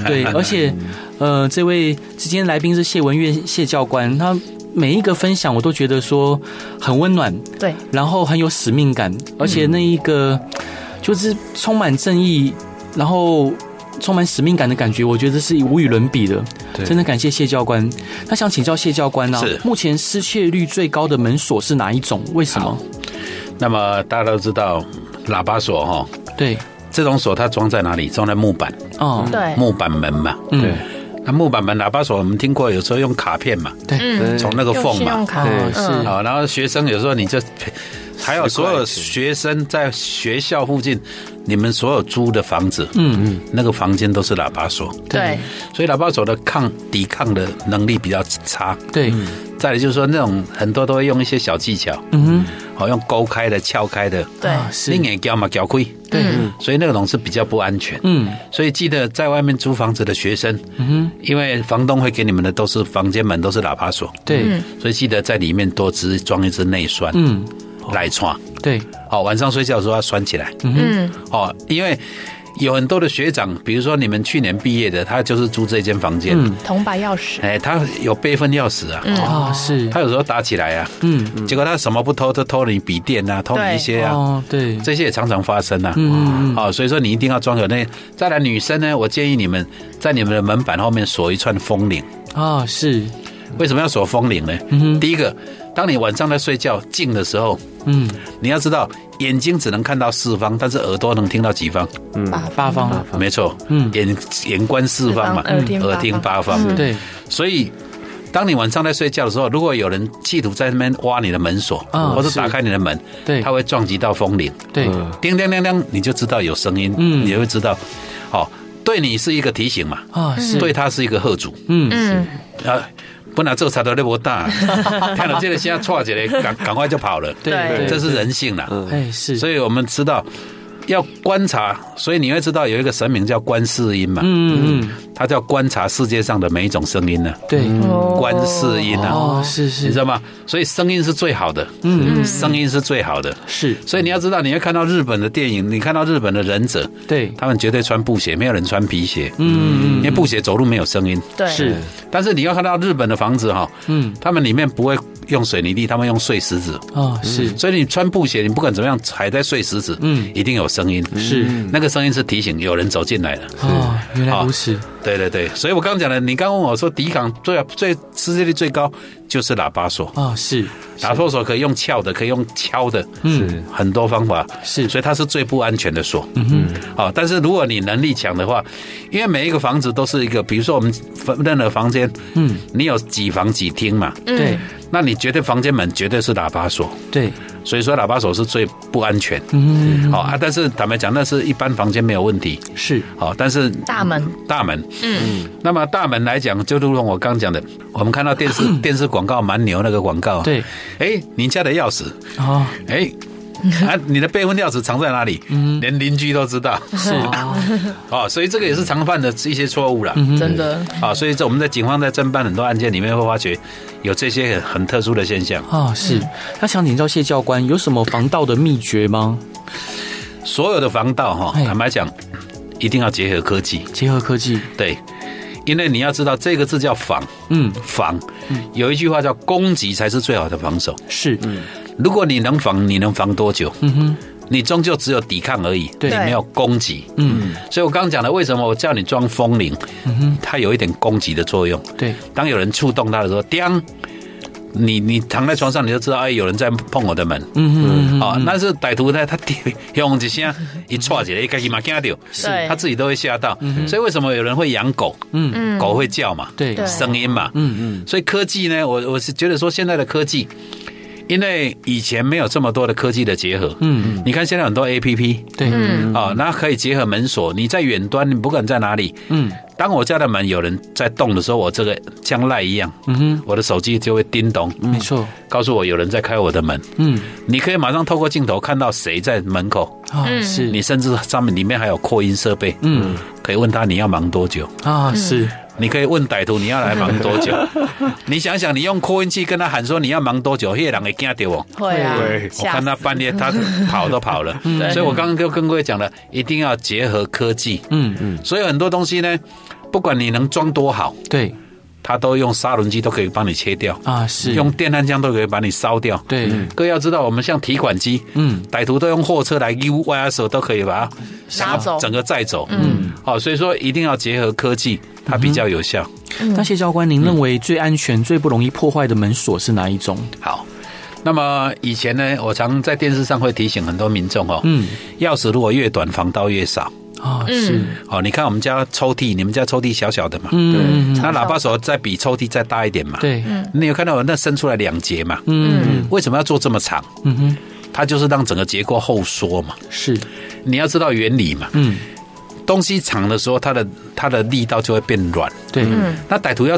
[SPEAKER 1] 对，而且，呃，这位今天来宾是谢文月谢教官，他每一个分享我都觉得说很温暖，
[SPEAKER 3] 对，
[SPEAKER 1] 然后很有使命感，而且那一个就是充满正义，然后充满使命感的感觉，我觉得是无与伦比的。
[SPEAKER 2] 对
[SPEAKER 1] 真的感谢谢教官。那想请教谢教官呢、啊
[SPEAKER 4] 是
[SPEAKER 1] 目前失窃率最高的门锁是哪一种？为什么
[SPEAKER 4] 好？那么大家都知道，喇叭锁哈、
[SPEAKER 1] 对，
[SPEAKER 4] 这种锁它装在哪里？装在木板，
[SPEAKER 1] 哦，
[SPEAKER 3] 对，
[SPEAKER 4] 木板门嘛。
[SPEAKER 1] 嗯，
[SPEAKER 4] 那木板门喇叭锁，我们听过，有时候用卡片嘛，
[SPEAKER 3] 嗯，
[SPEAKER 4] 从那个
[SPEAKER 3] 用
[SPEAKER 4] 缝
[SPEAKER 3] 信用
[SPEAKER 4] 嘛。
[SPEAKER 3] 卡，嗯
[SPEAKER 1] 对是
[SPEAKER 4] 啊，然后学生有时候你就，还有所有学生在学校附近，你们所有租的房子，嗯嗯，那个房间都是喇叭锁，
[SPEAKER 3] 对，
[SPEAKER 4] 所以喇叭锁的抗抵抗的能力比较差。
[SPEAKER 1] 嗯对，
[SPEAKER 4] 再来就是说，那种很多都会用一些小技巧，
[SPEAKER 1] 嗯哼，
[SPEAKER 4] 好、用勾开的、撬开的，
[SPEAKER 3] 对，
[SPEAKER 1] 啊是
[SPEAKER 4] 另，眼胶嘛，胶亏，
[SPEAKER 1] 对，
[SPEAKER 4] 所以那种是比较不安全。
[SPEAKER 1] 嗯，
[SPEAKER 4] 所以记得在外面租房子的学生，嗯，因为房东会给你们的都是房间门都是喇叭锁，
[SPEAKER 1] 对，
[SPEAKER 4] 所以记得在里面多只装一只内栓，
[SPEAKER 1] 嗯，
[SPEAKER 4] 来窗，
[SPEAKER 1] 对，
[SPEAKER 4] 哦，晚上睡觉的时候要栓起来，
[SPEAKER 3] 嗯，
[SPEAKER 4] 哦，因为有很多的学长，比如说你们去年毕业的，他就是租这间房间，
[SPEAKER 1] 嗯
[SPEAKER 3] 铜把钥匙，
[SPEAKER 4] 哎，他有备份钥匙
[SPEAKER 3] 嗯
[SPEAKER 4] 啊，
[SPEAKER 1] 啊是，
[SPEAKER 4] 他有时候打起来啊，
[SPEAKER 1] 嗯，
[SPEAKER 4] 结果他什么不偷，都偷你笔电啊，偷你一些啊，
[SPEAKER 1] 哦对，
[SPEAKER 4] 这些也常常发生啊。
[SPEAKER 1] 嗯嗯
[SPEAKER 4] 好、所以说你一定要装有那。再来，女生呢，我建议你们在你们的门板后面锁一串风铃。
[SPEAKER 1] 啊是，
[SPEAKER 4] 为什么要锁风铃呢？第一个，当你晚上在睡觉静的时候，
[SPEAKER 1] 嗯，
[SPEAKER 4] 你要知道眼睛只能看到四方，但是耳朵能听到几方？
[SPEAKER 3] 嗯八
[SPEAKER 1] 八方，
[SPEAKER 4] 没错，
[SPEAKER 1] 嗯
[SPEAKER 4] 眼眼观四方嘛，
[SPEAKER 3] 四方耳听八方嗯
[SPEAKER 4] 八方。
[SPEAKER 1] 对，
[SPEAKER 4] 所以。当你晚上在睡觉的时候，如果有人企图在那边挖你的门锁，
[SPEAKER 1] 啊
[SPEAKER 4] 或者
[SPEAKER 1] 是
[SPEAKER 4] 打开你的门，
[SPEAKER 1] 对
[SPEAKER 4] 他会撞击到风铃。
[SPEAKER 1] 对，
[SPEAKER 4] 叮叮叮叮，你就知道有声音，
[SPEAKER 1] 嗯
[SPEAKER 4] 你就会知道，哦，对你是一个提醒嘛，
[SPEAKER 1] 啊是，
[SPEAKER 4] 对他是一个贺主
[SPEAKER 1] 嗯
[SPEAKER 3] 嗯，
[SPEAKER 4] 啊。本来做差头那
[SPEAKER 1] *laughs*
[SPEAKER 4] 么大，看到这个现在错起来，赶赶快就跑了。
[SPEAKER 1] 对对
[SPEAKER 4] 这是人性啦。
[SPEAKER 1] 哎是，
[SPEAKER 4] 所以我们知道要观察，所以你会知道有一个神明叫观世音嘛，
[SPEAKER 1] 嗯嗯，
[SPEAKER 4] 他叫观察世界上的每一种声音呢、
[SPEAKER 1] 对，
[SPEAKER 3] 哦
[SPEAKER 4] 观世音啊，
[SPEAKER 1] 哦是
[SPEAKER 4] 你知
[SPEAKER 1] 是
[SPEAKER 4] 道吗？所以声音是最好的，
[SPEAKER 1] 嗯
[SPEAKER 4] 声音是最好的。
[SPEAKER 1] 是，
[SPEAKER 4] 所以你要知道，你会看到日本的电影，你看到日本的忍者，
[SPEAKER 1] 对，
[SPEAKER 4] 他们绝对穿布鞋，没有人穿皮鞋，
[SPEAKER 1] 嗯
[SPEAKER 4] 因为布鞋走路没有声音。
[SPEAKER 3] 对，
[SPEAKER 1] 是，
[SPEAKER 4] 但是你要看到日本的房子哈，
[SPEAKER 1] 嗯
[SPEAKER 4] 他们里面不会用水泥地，他们用碎石子，
[SPEAKER 1] 哦是
[SPEAKER 4] 所以你穿布鞋，你不管怎么样踩在碎石子，
[SPEAKER 1] 嗯
[SPEAKER 4] 一定有声音。
[SPEAKER 1] 是
[SPEAKER 4] 那个声音是提醒有人走进来了。
[SPEAKER 1] 哦，原来如此，
[SPEAKER 4] 对对对，所以我刚刚讲的，你刚问我说抵抗最最世界率最高就是喇叭锁，
[SPEAKER 1] 哦是
[SPEAKER 4] 喇叭锁可以用撬的，可以用敲的，
[SPEAKER 1] 嗯
[SPEAKER 4] 很多方法。
[SPEAKER 1] 是
[SPEAKER 4] 所以它是最不安全的锁。嗯好，但是如果你能力强的话，因为每一个房子都是一个，比如说我们分任何房间，
[SPEAKER 1] 嗯
[SPEAKER 4] 你有几房几厅嘛，
[SPEAKER 1] 对
[SPEAKER 4] 那你绝对房间门绝对是喇叭锁，
[SPEAKER 1] 对，
[SPEAKER 4] 所以说喇叭锁是最不安全。
[SPEAKER 1] 嗯
[SPEAKER 4] 好啊，但是坦白讲，那是一般房间没有问题。
[SPEAKER 1] 是
[SPEAKER 4] 好，但是
[SPEAKER 3] 大门
[SPEAKER 4] 大门，嗯，那么大门来讲，就如同我刚讲的，我们看到电视电视广告蛮牛那个广告，
[SPEAKER 1] 对，
[SPEAKER 4] 哎，你家的钥匙，
[SPEAKER 1] 哦
[SPEAKER 4] 哎。啊，你的备份钥匙藏在哪里？连邻居都知道，
[SPEAKER 1] 是哦
[SPEAKER 4] 哦，所以这个也是常犯的一些错误啦。
[SPEAKER 3] 真的，
[SPEAKER 4] 啊，所以这我们在警方在侦办很多案件里面会发觉有这些很很特殊的现象。
[SPEAKER 1] 哦是，那想请教谢教官有什么防盗的秘诀吗？
[SPEAKER 4] 所有的防盗哈
[SPEAKER 1] 哎，
[SPEAKER 4] 坦白讲，一定要结合科技，
[SPEAKER 1] 结合科技，
[SPEAKER 4] 对，因为你要知道这个字叫防，
[SPEAKER 1] 嗯
[SPEAKER 4] 防，有一句话叫攻击才是最好的防守。
[SPEAKER 1] 是，
[SPEAKER 4] 如果你能防，你能防多久？
[SPEAKER 1] 嗯哼
[SPEAKER 4] 你终究只有抵抗而已，
[SPEAKER 1] 对
[SPEAKER 4] 你没有攻击。
[SPEAKER 1] 嗯
[SPEAKER 4] 所以我刚刚讲的，为什么我叫你装风铃，它有一点攻击的作用。
[SPEAKER 1] 对
[SPEAKER 4] 当有人触动它的时候，叮，你你躺在床上，你就知道，哎，有人在碰我的门。
[SPEAKER 1] 嗯嗯
[SPEAKER 4] 哦，那是歹徒 *laughs* 呢，他跌用
[SPEAKER 1] *laughs*
[SPEAKER 4] 一声一踹起来，他自己嘛惊到，
[SPEAKER 3] 对
[SPEAKER 4] 他自己都会吓到。所以为什么有人会养狗？
[SPEAKER 1] 嗯
[SPEAKER 3] 嗯
[SPEAKER 4] 狗会叫嘛，
[SPEAKER 1] 对
[SPEAKER 3] 对
[SPEAKER 4] 声音嘛，
[SPEAKER 1] 嗯嗯
[SPEAKER 4] 所以科技呢，我我是觉得说现在的科技，因为以前没有这么多的科技的结合，
[SPEAKER 1] 嗯
[SPEAKER 4] 你看现在很多 A P P
[SPEAKER 1] 对
[SPEAKER 3] 嗯
[SPEAKER 4] 啊，那可以结合门锁，你在远端，你不管在哪里，
[SPEAKER 1] 嗯
[SPEAKER 4] 当我家的门有人在动的时候，我这个像赖一样，
[SPEAKER 1] 嗯哼嗯
[SPEAKER 4] 我的手机就会叮咚，
[SPEAKER 1] 没错
[SPEAKER 4] 告诉我有人在开我的门，
[SPEAKER 1] 嗯
[SPEAKER 4] 你可以马上透过镜头看到谁在门口，
[SPEAKER 1] 啊
[SPEAKER 3] 嗯
[SPEAKER 1] 是
[SPEAKER 4] 你甚至上面里面还有扩音设备，
[SPEAKER 1] 嗯
[SPEAKER 4] 可以问他你要忙
[SPEAKER 1] *laughs*
[SPEAKER 4] 多久。
[SPEAKER 1] 啊是
[SPEAKER 4] 你可以问歹徒你要来忙多
[SPEAKER 1] *laughs*
[SPEAKER 4] 久？你想想，你用扩音器跟他喊说你要忙多久，那个人会惊到我。
[SPEAKER 3] 会啊
[SPEAKER 2] 对，
[SPEAKER 4] 我
[SPEAKER 3] 吓
[SPEAKER 4] 看
[SPEAKER 3] 死
[SPEAKER 4] 他半夜，他跑都跑了。
[SPEAKER 3] 对
[SPEAKER 4] 所以我刚刚就跟各位讲了，一定要结合科技。
[SPEAKER 1] 嗯嗯
[SPEAKER 4] 所以很多东西呢，不管你能装多好，
[SPEAKER 1] 对
[SPEAKER 4] 它都用砂轮机都可以帮你切掉，
[SPEAKER 1] 啊是
[SPEAKER 4] 用电焊枪都可以把你烧掉。
[SPEAKER 1] 对
[SPEAKER 4] 嗯各位要知道，我们像提款机，
[SPEAKER 1] 嗯
[SPEAKER 4] 歹徒都用货车来 U 歪手都可以把它
[SPEAKER 3] 拿走
[SPEAKER 4] 整个载走。嗯，好，所以说一定要结合科技，它比较有效。
[SPEAKER 1] 嗯那谢教官您认为最安全最不容易破坏的门锁是哪一种？
[SPEAKER 4] 好，那么以前呢，我常在电视上会提醒很多民众哦，
[SPEAKER 1] 嗯
[SPEAKER 4] 钥匙如果越短，防盗越少。
[SPEAKER 3] 嗯
[SPEAKER 1] 啊是
[SPEAKER 4] 哦，你看我们家抽屉，你们家抽屉小小的嘛，
[SPEAKER 1] 嗯
[SPEAKER 4] 那喇叭手再比抽屉再大一点嘛，，
[SPEAKER 1] 对
[SPEAKER 3] 嗯
[SPEAKER 4] 你有看到我那伸出来两节嘛？
[SPEAKER 1] 嗯
[SPEAKER 4] 为什么要做这么长？
[SPEAKER 1] 嗯哼
[SPEAKER 4] 它就是让整个结构后缩嘛。
[SPEAKER 1] 是
[SPEAKER 4] 你要知道原理嘛，
[SPEAKER 1] 嗯
[SPEAKER 4] 东西长的时候，它的它的力道就会变软。
[SPEAKER 1] 对
[SPEAKER 4] 那歹徒要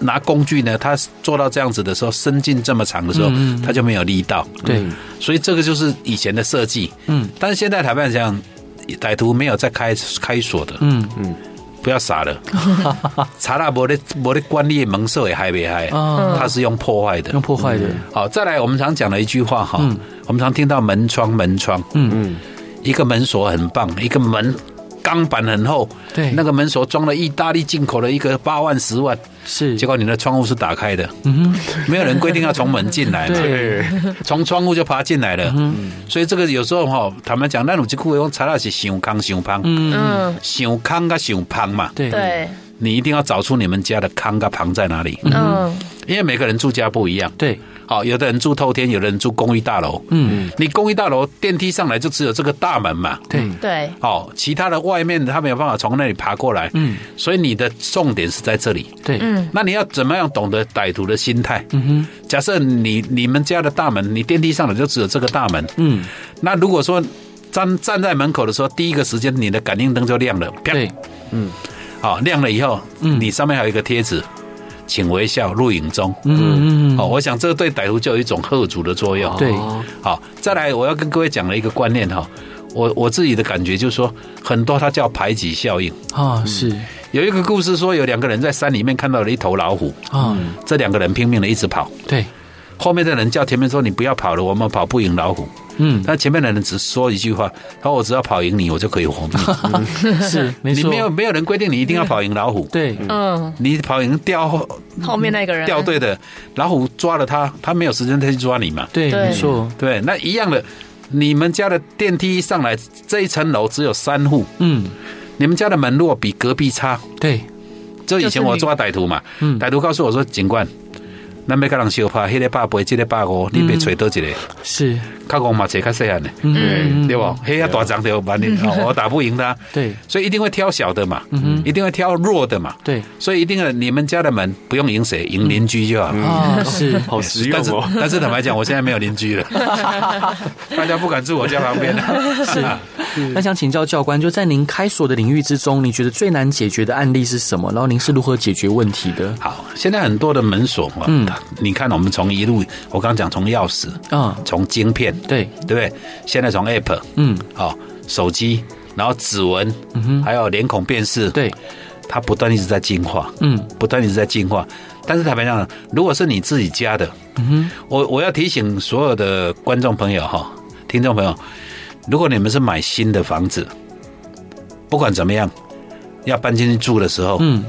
[SPEAKER 4] 拿工具呢，他做到这样子的时候，伸进这么长的时候，它就没有力道。
[SPEAKER 1] 嗯对
[SPEAKER 4] 所以这个就是以前的设计。
[SPEAKER 1] 嗯，
[SPEAKER 4] 但是现在坦白讲，歹徒没有在开开锁的，
[SPEAKER 1] 嗯
[SPEAKER 4] 不要傻了。
[SPEAKER 1] *laughs*
[SPEAKER 4] 查拉伯的伯的官吏蒙受也害没害，
[SPEAKER 1] 啊
[SPEAKER 4] 他是用破坏的
[SPEAKER 1] 用。破坏的
[SPEAKER 4] 好，再来，我们常讲的一句话哈，我们常听到门窗门窗，
[SPEAKER 1] 嗯
[SPEAKER 4] 嗯，一个门锁很棒，一个门钢板很厚，
[SPEAKER 1] 对
[SPEAKER 4] 那个门锁装了意大利进口的一个八万十万，
[SPEAKER 1] 是
[SPEAKER 4] 结果你的窗户是打开的，
[SPEAKER 1] 嗯哼
[SPEAKER 4] 没有人规定要从门进来嘛，
[SPEAKER 1] 对嗯
[SPEAKER 4] 从窗户就爬进来了。所以这个有时候哈，坦白讲，咱有一句话讲，查到是想康想胖，
[SPEAKER 1] 嗯
[SPEAKER 3] 嗯，
[SPEAKER 4] 想康跟想胖嘛，
[SPEAKER 1] 对
[SPEAKER 3] 对，
[SPEAKER 4] 你一定要找出你们家的康跟胖在哪里，
[SPEAKER 3] 嗯，
[SPEAKER 4] 因为每个人住家不一样。
[SPEAKER 1] 对
[SPEAKER 4] 好，有的人住透天，有的人住公寓大楼。
[SPEAKER 1] 嗯
[SPEAKER 4] 你公寓大楼电梯上来就只有这个大门嘛，
[SPEAKER 1] 对
[SPEAKER 3] 对，
[SPEAKER 4] 哦，其他的外面他没有办法从那里爬过来，
[SPEAKER 1] 嗯
[SPEAKER 4] 所以你的重点是在这里。
[SPEAKER 1] 对
[SPEAKER 3] 嗯
[SPEAKER 4] 那你要怎么样懂得歹徒的心态？
[SPEAKER 1] 嗯哼
[SPEAKER 4] 假设你你们家的大门，你电梯上来就只有这个大门，
[SPEAKER 1] 嗯
[SPEAKER 4] 那如果说站站在门口的时候，第一个时间你的感应灯就亮了，啪
[SPEAKER 1] 对嗯
[SPEAKER 4] 好、亮了以后，你上面还有一个贴纸，请微笑，录影中。
[SPEAKER 1] 嗯嗯，
[SPEAKER 4] 好、我想这个对歹徒就有一种贺阻的作用。
[SPEAKER 1] 对
[SPEAKER 4] 好，再来我要跟各位讲的一个观念哈，我我自己的感觉就是说，很多它叫排挤效应。
[SPEAKER 1] 啊是
[SPEAKER 4] 有一个故事说，有两个人在山里面看到了一头老虎，嗯
[SPEAKER 1] 啊，
[SPEAKER 4] 这两个人拼命的一直跑，
[SPEAKER 1] *laughs* 对，
[SPEAKER 4] 后面的人叫前面说：“你不要跑了，我们跑不赢老虎。”
[SPEAKER 1] 嗯
[SPEAKER 4] 那前面的人只说一句话：“他说我只要跑赢你，我就可以活命。
[SPEAKER 1] 是没
[SPEAKER 4] *laughs* 你
[SPEAKER 1] 错，
[SPEAKER 4] 没有没有人规定你一定要跑赢老虎，
[SPEAKER 1] 对
[SPEAKER 3] 嗯，
[SPEAKER 4] 你跑赢掉后
[SPEAKER 3] 后面那个人
[SPEAKER 4] 掉队的老虎抓了他，他没有时间再去抓你嘛。
[SPEAKER 1] 对
[SPEAKER 3] 对
[SPEAKER 1] 没错，
[SPEAKER 4] 对，那一样的，你们家的电梯一上来，这一层楼只有三户，
[SPEAKER 1] 嗯
[SPEAKER 4] 你们家的门如果比隔壁差，
[SPEAKER 1] 对
[SPEAKER 4] 就以前我抓歹徒嘛，
[SPEAKER 1] 嗯
[SPEAKER 4] 歹徒告诉我说：“警官，咱要甲人相拍，迄、个百八，这个百五，你别找倒一个。
[SPEAKER 1] 是，
[SPEAKER 4] 较戆嘛，找较细汉的，
[SPEAKER 1] 嗯
[SPEAKER 4] 对不？迄遐大张的，万一
[SPEAKER 1] *laughs*
[SPEAKER 4] 哦我打不赢他，
[SPEAKER 1] 对
[SPEAKER 4] 所以一定会挑小的嘛，
[SPEAKER 1] 嗯哼
[SPEAKER 4] 一定会挑弱的嘛，
[SPEAKER 1] 对
[SPEAKER 4] 所以一定的，你们家的门不用赢谁，赢邻居就好。
[SPEAKER 1] *laughs* 啊是，
[SPEAKER 2] 好实用
[SPEAKER 4] 但是
[SPEAKER 2] 哦。
[SPEAKER 4] 但是坦白讲，我现在没有邻居了，大家不敢住我家旁边啊了。是
[SPEAKER 1] *laughs* 那想请教教官，就在您开锁的领域之中，你觉得最难解决的案例是什么？然后您是如何解决问题的？
[SPEAKER 4] 好，现在很多的门锁嘛，
[SPEAKER 1] 嗯
[SPEAKER 4] 你看我们从一路，我刚讲从钥匙，
[SPEAKER 1] 啊，
[SPEAKER 4] 从晶片，
[SPEAKER 1] 对，
[SPEAKER 4] 对不对？现在从 App，
[SPEAKER 1] 嗯
[SPEAKER 4] 好、手机，然后指纹，还有脸孔辨识，
[SPEAKER 1] 对，
[SPEAKER 4] 它不断一直在进化，
[SPEAKER 1] 嗯
[SPEAKER 4] 不断一直在进化。但是坦白讲，如果是你自己家的，
[SPEAKER 1] 嗯
[SPEAKER 4] 我我要提醒所有的观众朋友哈，听众朋友，如果你们是买新的房子，不管怎么样，要搬进去住的时候，
[SPEAKER 1] 嗯，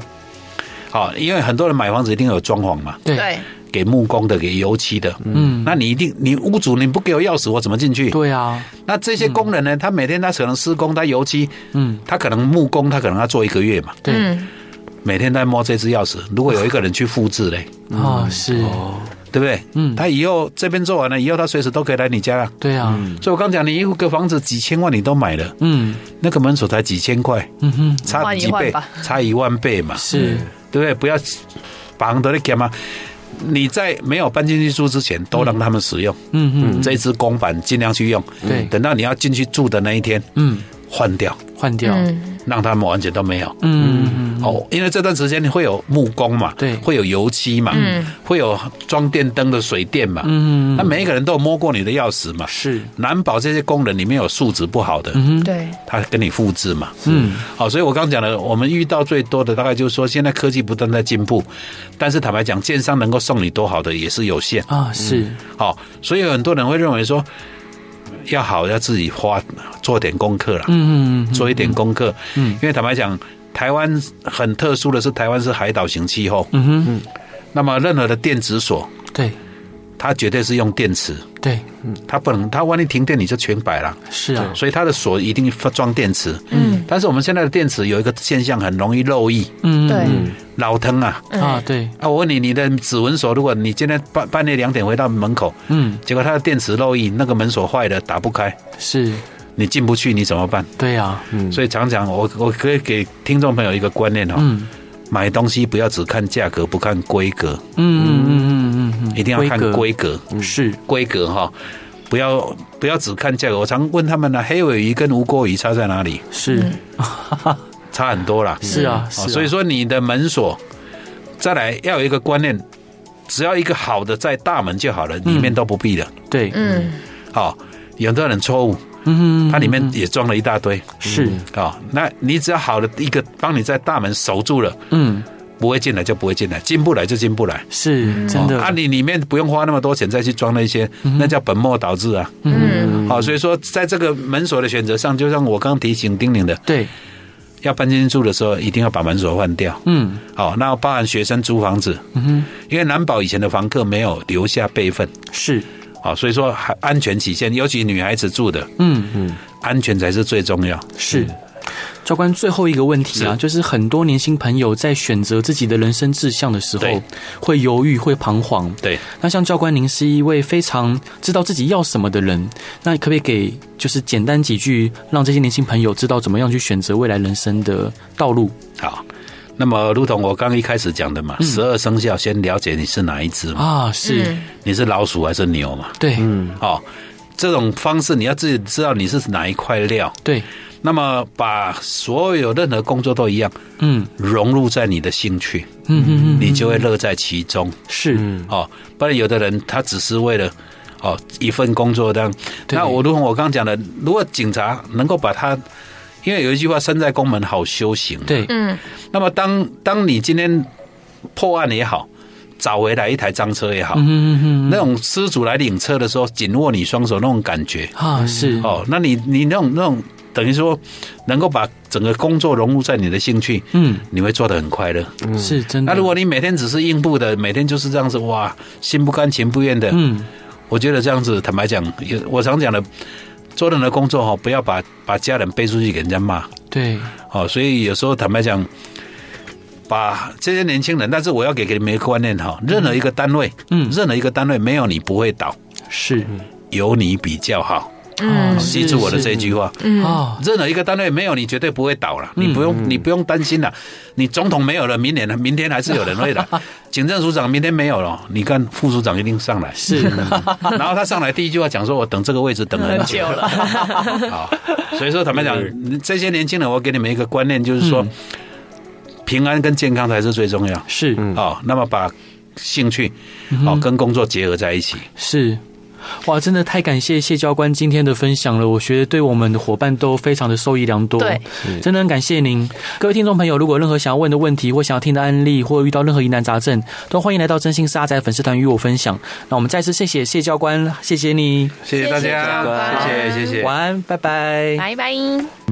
[SPEAKER 4] 好、因为很多人买房子一定有装潢嘛，
[SPEAKER 1] 对
[SPEAKER 3] 对，
[SPEAKER 4] 给木工的，给油漆的，
[SPEAKER 1] 嗯
[SPEAKER 4] 那你一定，你屋主你不给我钥匙，我怎么进去？
[SPEAKER 1] 对啊，
[SPEAKER 4] 那这些工人呢，他每天他可能施工，他油漆，
[SPEAKER 1] 嗯
[SPEAKER 4] 他可能木工，他可能要做一个月嘛，
[SPEAKER 1] 对
[SPEAKER 3] 嗯，
[SPEAKER 4] 每天在摸这只钥匙。如果有一个人去复制嘞，
[SPEAKER 1] 啊是，
[SPEAKER 4] 对不对？
[SPEAKER 1] 嗯
[SPEAKER 4] 他以后这边做完了，以后他随时都可以来你家了。
[SPEAKER 1] 对啊，
[SPEAKER 4] 所以我刚讲，你一个房子几千万你都买了，
[SPEAKER 1] 嗯
[SPEAKER 4] 那个门锁才几千块，
[SPEAKER 1] 嗯哼
[SPEAKER 4] 差
[SPEAKER 3] 换一
[SPEAKER 4] 几
[SPEAKER 3] 换
[SPEAKER 4] 倍
[SPEAKER 3] 吧，
[SPEAKER 4] 差一万倍嘛，
[SPEAKER 1] 是，
[SPEAKER 4] 对不对？不要把人都在干嘛？你在没有搬进去住之前，都让他们使用、
[SPEAKER 1] 嗯嗯
[SPEAKER 4] 这一只公版，尽量去用。
[SPEAKER 1] 对
[SPEAKER 4] 等到你要进去住的那一天，
[SPEAKER 1] 嗯，
[SPEAKER 4] 换掉，
[SPEAKER 1] 换掉，
[SPEAKER 3] 嗯，
[SPEAKER 4] 让他们完全都没有。
[SPEAKER 1] 嗯
[SPEAKER 4] 哦，因为这段时间你会有木工嘛，
[SPEAKER 1] 对
[SPEAKER 4] 会有油漆嘛，
[SPEAKER 3] 嗯
[SPEAKER 4] 会有装电灯的水电嘛，
[SPEAKER 1] 嗯
[SPEAKER 4] 那每一个人都有摸过你的钥匙嘛，
[SPEAKER 1] 是，
[SPEAKER 4] 难保这些工人里面有素质不好的，
[SPEAKER 1] 嗯哼
[SPEAKER 3] 对，
[SPEAKER 4] 他跟你复制嘛。
[SPEAKER 1] 嗯
[SPEAKER 4] 好，所以我刚讲的，我们遇到最多的大概就是说，现在科技不断在进步，但是坦白讲，建商能够送你多好的也是有限。
[SPEAKER 1] 啊是，
[SPEAKER 4] 好、所以有很多人会认为说，要好要自己花做点功课啦，
[SPEAKER 1] 嗯嗯
[SPEAKER 4] 做一点功课。
[SPEAKER 1] 嗯
[SPEAKER 4] 因为坦白讲，台湾很特殊的是，台湾是海岛型气候，
[SPEAKER 1] 嗯哼
[SPEAKER 4] 那么任何的电子锁，
[SPEAKER 1] 对
[SPEAKER 4] 它绝对是用电池，
[SPEAKER 1] 对
[SPEAKER 4] 它不能，它万一停电你就全白了。
[SPEAKER 1] 是啊，
[SPEAKER 4] 所以它的锁一定装电池，
[SPEAKER 3] 嗯，
[SPEAKER 4] 但是我们现在的电池有一个现象很容易漏液，
[SPEAKER 1] 嗯
[SPEAKER 3] 对，
[SPEAKER 4] 老疼啊！
[SPEAKER 3] 嗯
[SPEAKER 1] 啊对，
[SPEAKER 4] 啊，我问你，你的指纹锁，如果你今天半半夜两点回到门口，
[SPEAKER 1] 嗯
[SPEAKER 4] 结果它的电池漏液，那个门锁坏了，打不开，
[SPEAKER 1] 是，
[SPEAKER 4] 你进不去，你怎么办？
[SPEAKER 1] 对啊，
[SPEAKER 4] 所以常常我我可以给听众朋友一个观念哦，
[SPEAKER 1] 嗯
[SPEAKER 4] 买东西不要只看价格，不看规格，
[SPEAKER 1] 嗯嗯嗯嗯嗯，
[SPEAKER 4] 一定要看规嗯格，
[SPEAKER 1] 格嗯是，
[SPEAKER 4] 规格哈、不要不要只看价格。我常问他们呢、黑尾鱼跟无锅鱼差在哪里？
[SPEAKER 1] 是
[SPEAKER 4] 差很多啦。
[SPEAKER 1] 是啊，是
[SPEAKER 4] 哦
[SPEAKER 1] 啊，
[SPEAKER 4] 所以说你的门锁，再来要有一个观念，只要一个好的在大门就好了，里
[SPEAKER 1] 嗯
[SPEAKER 4] 面都不必了。
[SPEAKER 1] 对，
[SPEAKER 3] 嗯，
[SPEAKER 4] 好、有很多人错误，
[SPEAKER 1] 嗯
[SPEAKER 4] 它里面也装了一大堆。
[SPEAKER 1] 是，
[SPEAKER 4] 哦，那你只要好的一个帮你在大门守住了，
[SPEAKER 1] 嗯
[SPEAKER 4] 不会进来就不会进来，进不来就进不来。
[SPEAKER 3] 嗯
[SPEAKER 1] 是真
[SPEAKER 4] 哦啊，
[SPEAKER 1] 的，嗯
[SPEAKER 4] 你里面不用花那么多钱再去装那些，那叫本末倒置啊。
[SPEAKER 3] 嗯，
[SPEAKER 4] 好、所以说在这个门锁的选择上，就像我刚提醒丁玲的，
[SPEAKER 1] 对，
[SPEAKER 4] 要搬进去住的时候，一定要把门锁换掉。
[SPEAKER 1] 嗯
[SPEAKER 4] 好、那包含学生租房子，
[SPEAKER 1] 嗯哼
[SPEAKER 4] 因为难保以前的房客没有留下备份，
[SPEAKER 1] 是，
[SPEAKER 4] 好、所以说还安全起见，尤其女孩子住的，
[SPEAKER 1] 嗯嗯。
[SPEAKER 4] 安全才是最重要。
[SPEAKER 1] 是。教官，最后一个问题啊，
[SPEAKER 4] 嗯是
[SPEAKER 1] 就是很多年轻朋友在选择自己的人生志向的时候
[SPEAKER 4] 对，
[SPEAKER 1] 会犹豫，会彷徨。
[SPEAKER 4] 对，
[SPEAKER 1] 那像教官，您是一位非常知道自己要什么的人，那可不可以给就是简单几句，让这些年轻朋友知道怎么样去选择未来人生的道路？
[SPEAKER 4] 好。那么，如同我刚一开始讲的嘛，十二生肖先了解你是哪一只嘛，
[SPEAKER 1] 嗯啊，嗯是、
[SPEAKER 4] 你是老鼠还是牛嘛？
[SPEAKER 1] 对，
[SPEAKER 4] 哦，这种方式你要自己知道你是哪一块料，
[SPEAKER 1] 对，
[SPEAKER 4] 那么把所有任何工作都一样
[SPEAKER 1] 嗯
[SPEAKER 4] 融入在你的兴趣，
[SPEAKER 1] 嗯嗯嗯，
[SPEAKER 4] 你就会乐在其中。
[SPEAKER 1] 是，
[SPEAKER 4] 哦，不然有的人他只是为了哦一份工作这样。
[SPEAKER 1] 对
[SPEAKER 4] 那我如同我刚刚讲的，如果警察能够把他，因为有一句话“身在宫门好修行”，。
[SPEAKER 1] 对，
[SPEAKER 3] 嗯，
[SPEAKER 4] 那么当当你今天破案也好，找回来一台赃车也好，
[SPEAKER 1] 嗯嗯嗯
[SPEAKER 4] 那种失主来领车的时候，紧握你双手那种感觉，
[SPEAKER 1] 啊是，
[SPEAKER 4] 哦，那你你那种那种等于说能够把整个工作融入在你的兴趣，
[SPEAKER 1] 嗯
[SPEAKER 4] 你会做得很快乐。
[SPEAKER 1] 是真的。
[SPEAKER 4] 嗯那如果你每天只是应付的，每天就是这样子，哇，心不甘情不愿的，
[SPEAKER 1] 嗯
[SPEAKER 4] 我觉得这样子，坦白讲，也我常讲的，做人的工作哈，不要把把家人背出去给人家骂，
[SPEAKER 1] 对
[SPEAKER 4] 哦，所以有时候坦白讲，把这些年轻人，但是我要给给你们一个观念哈，任何一个单位，
[SPEAKER 1] 嗯
[SPEAKER 4] 任何一个单位没有你不会倒，
[SPEAKER 1] 是，
[SPEAKER 4] 嗯有你比较好，
[SPEAKER 1] 嗯
[SPEAKER 4] 记住我的这句话。
[SPEAKER 1] 哦
[SPEAKER 4] 任何一个单位没有你绝对不会倒
[SPEAKER 1] 嗯
[SPEAKER 4] 了，你不用你不用担心了。你总统没有了，明年明天还是有人会
[SPEAKER 1] *laughs*
[SPEAKER 4] 的。警政署长明天没有了，你看副署长一定上来。
[SPEAKER 1] 是，
[SPEAKER 4] *laughs* 然后他上来第一句话讲说：“我等这个位置等了很
[SPEAKER 3] 很
[SPEAKER 4] 久
[SPEAKER 3] 久了，
[SPEAKER 1] 嗯
[SPEAKER 4] 啊。”所以说，坦白讲，这些年轻人，我给你们一个观念，就是
[SPEAKER 1] 嗯
[SPEAKER 4] 说，平安跟健康才是最重要。
[SPEAKER 1] 是
[SPEAKER 4] 哦，那么把兴趣
[SPEAKER 1] 嗯
[SPEAKER 4] 哦跟工作结合在一起，
[SPEAKER 1] 是。哇，真的太感谢谢教官今天的分享了，我觉得对我们的伙伴都非常的受益良多。
[SPEAKER 3] 对，
[SPEAKER 1] 真的很感谢您，各位听众朋友，如果有任何想要问的问题，或想要听的案例，或遇到任何疑难杂症，都欢迎来到真心是阿仔粉丝团与我分享。那我们再次谢谢谢教官，谢谢你，
[SPEAKER 4] 谢谢大家，谢谢谢谢。
[SPEAKER 1] 晚安，拜拜
[SPEAKER 3] 拜拜。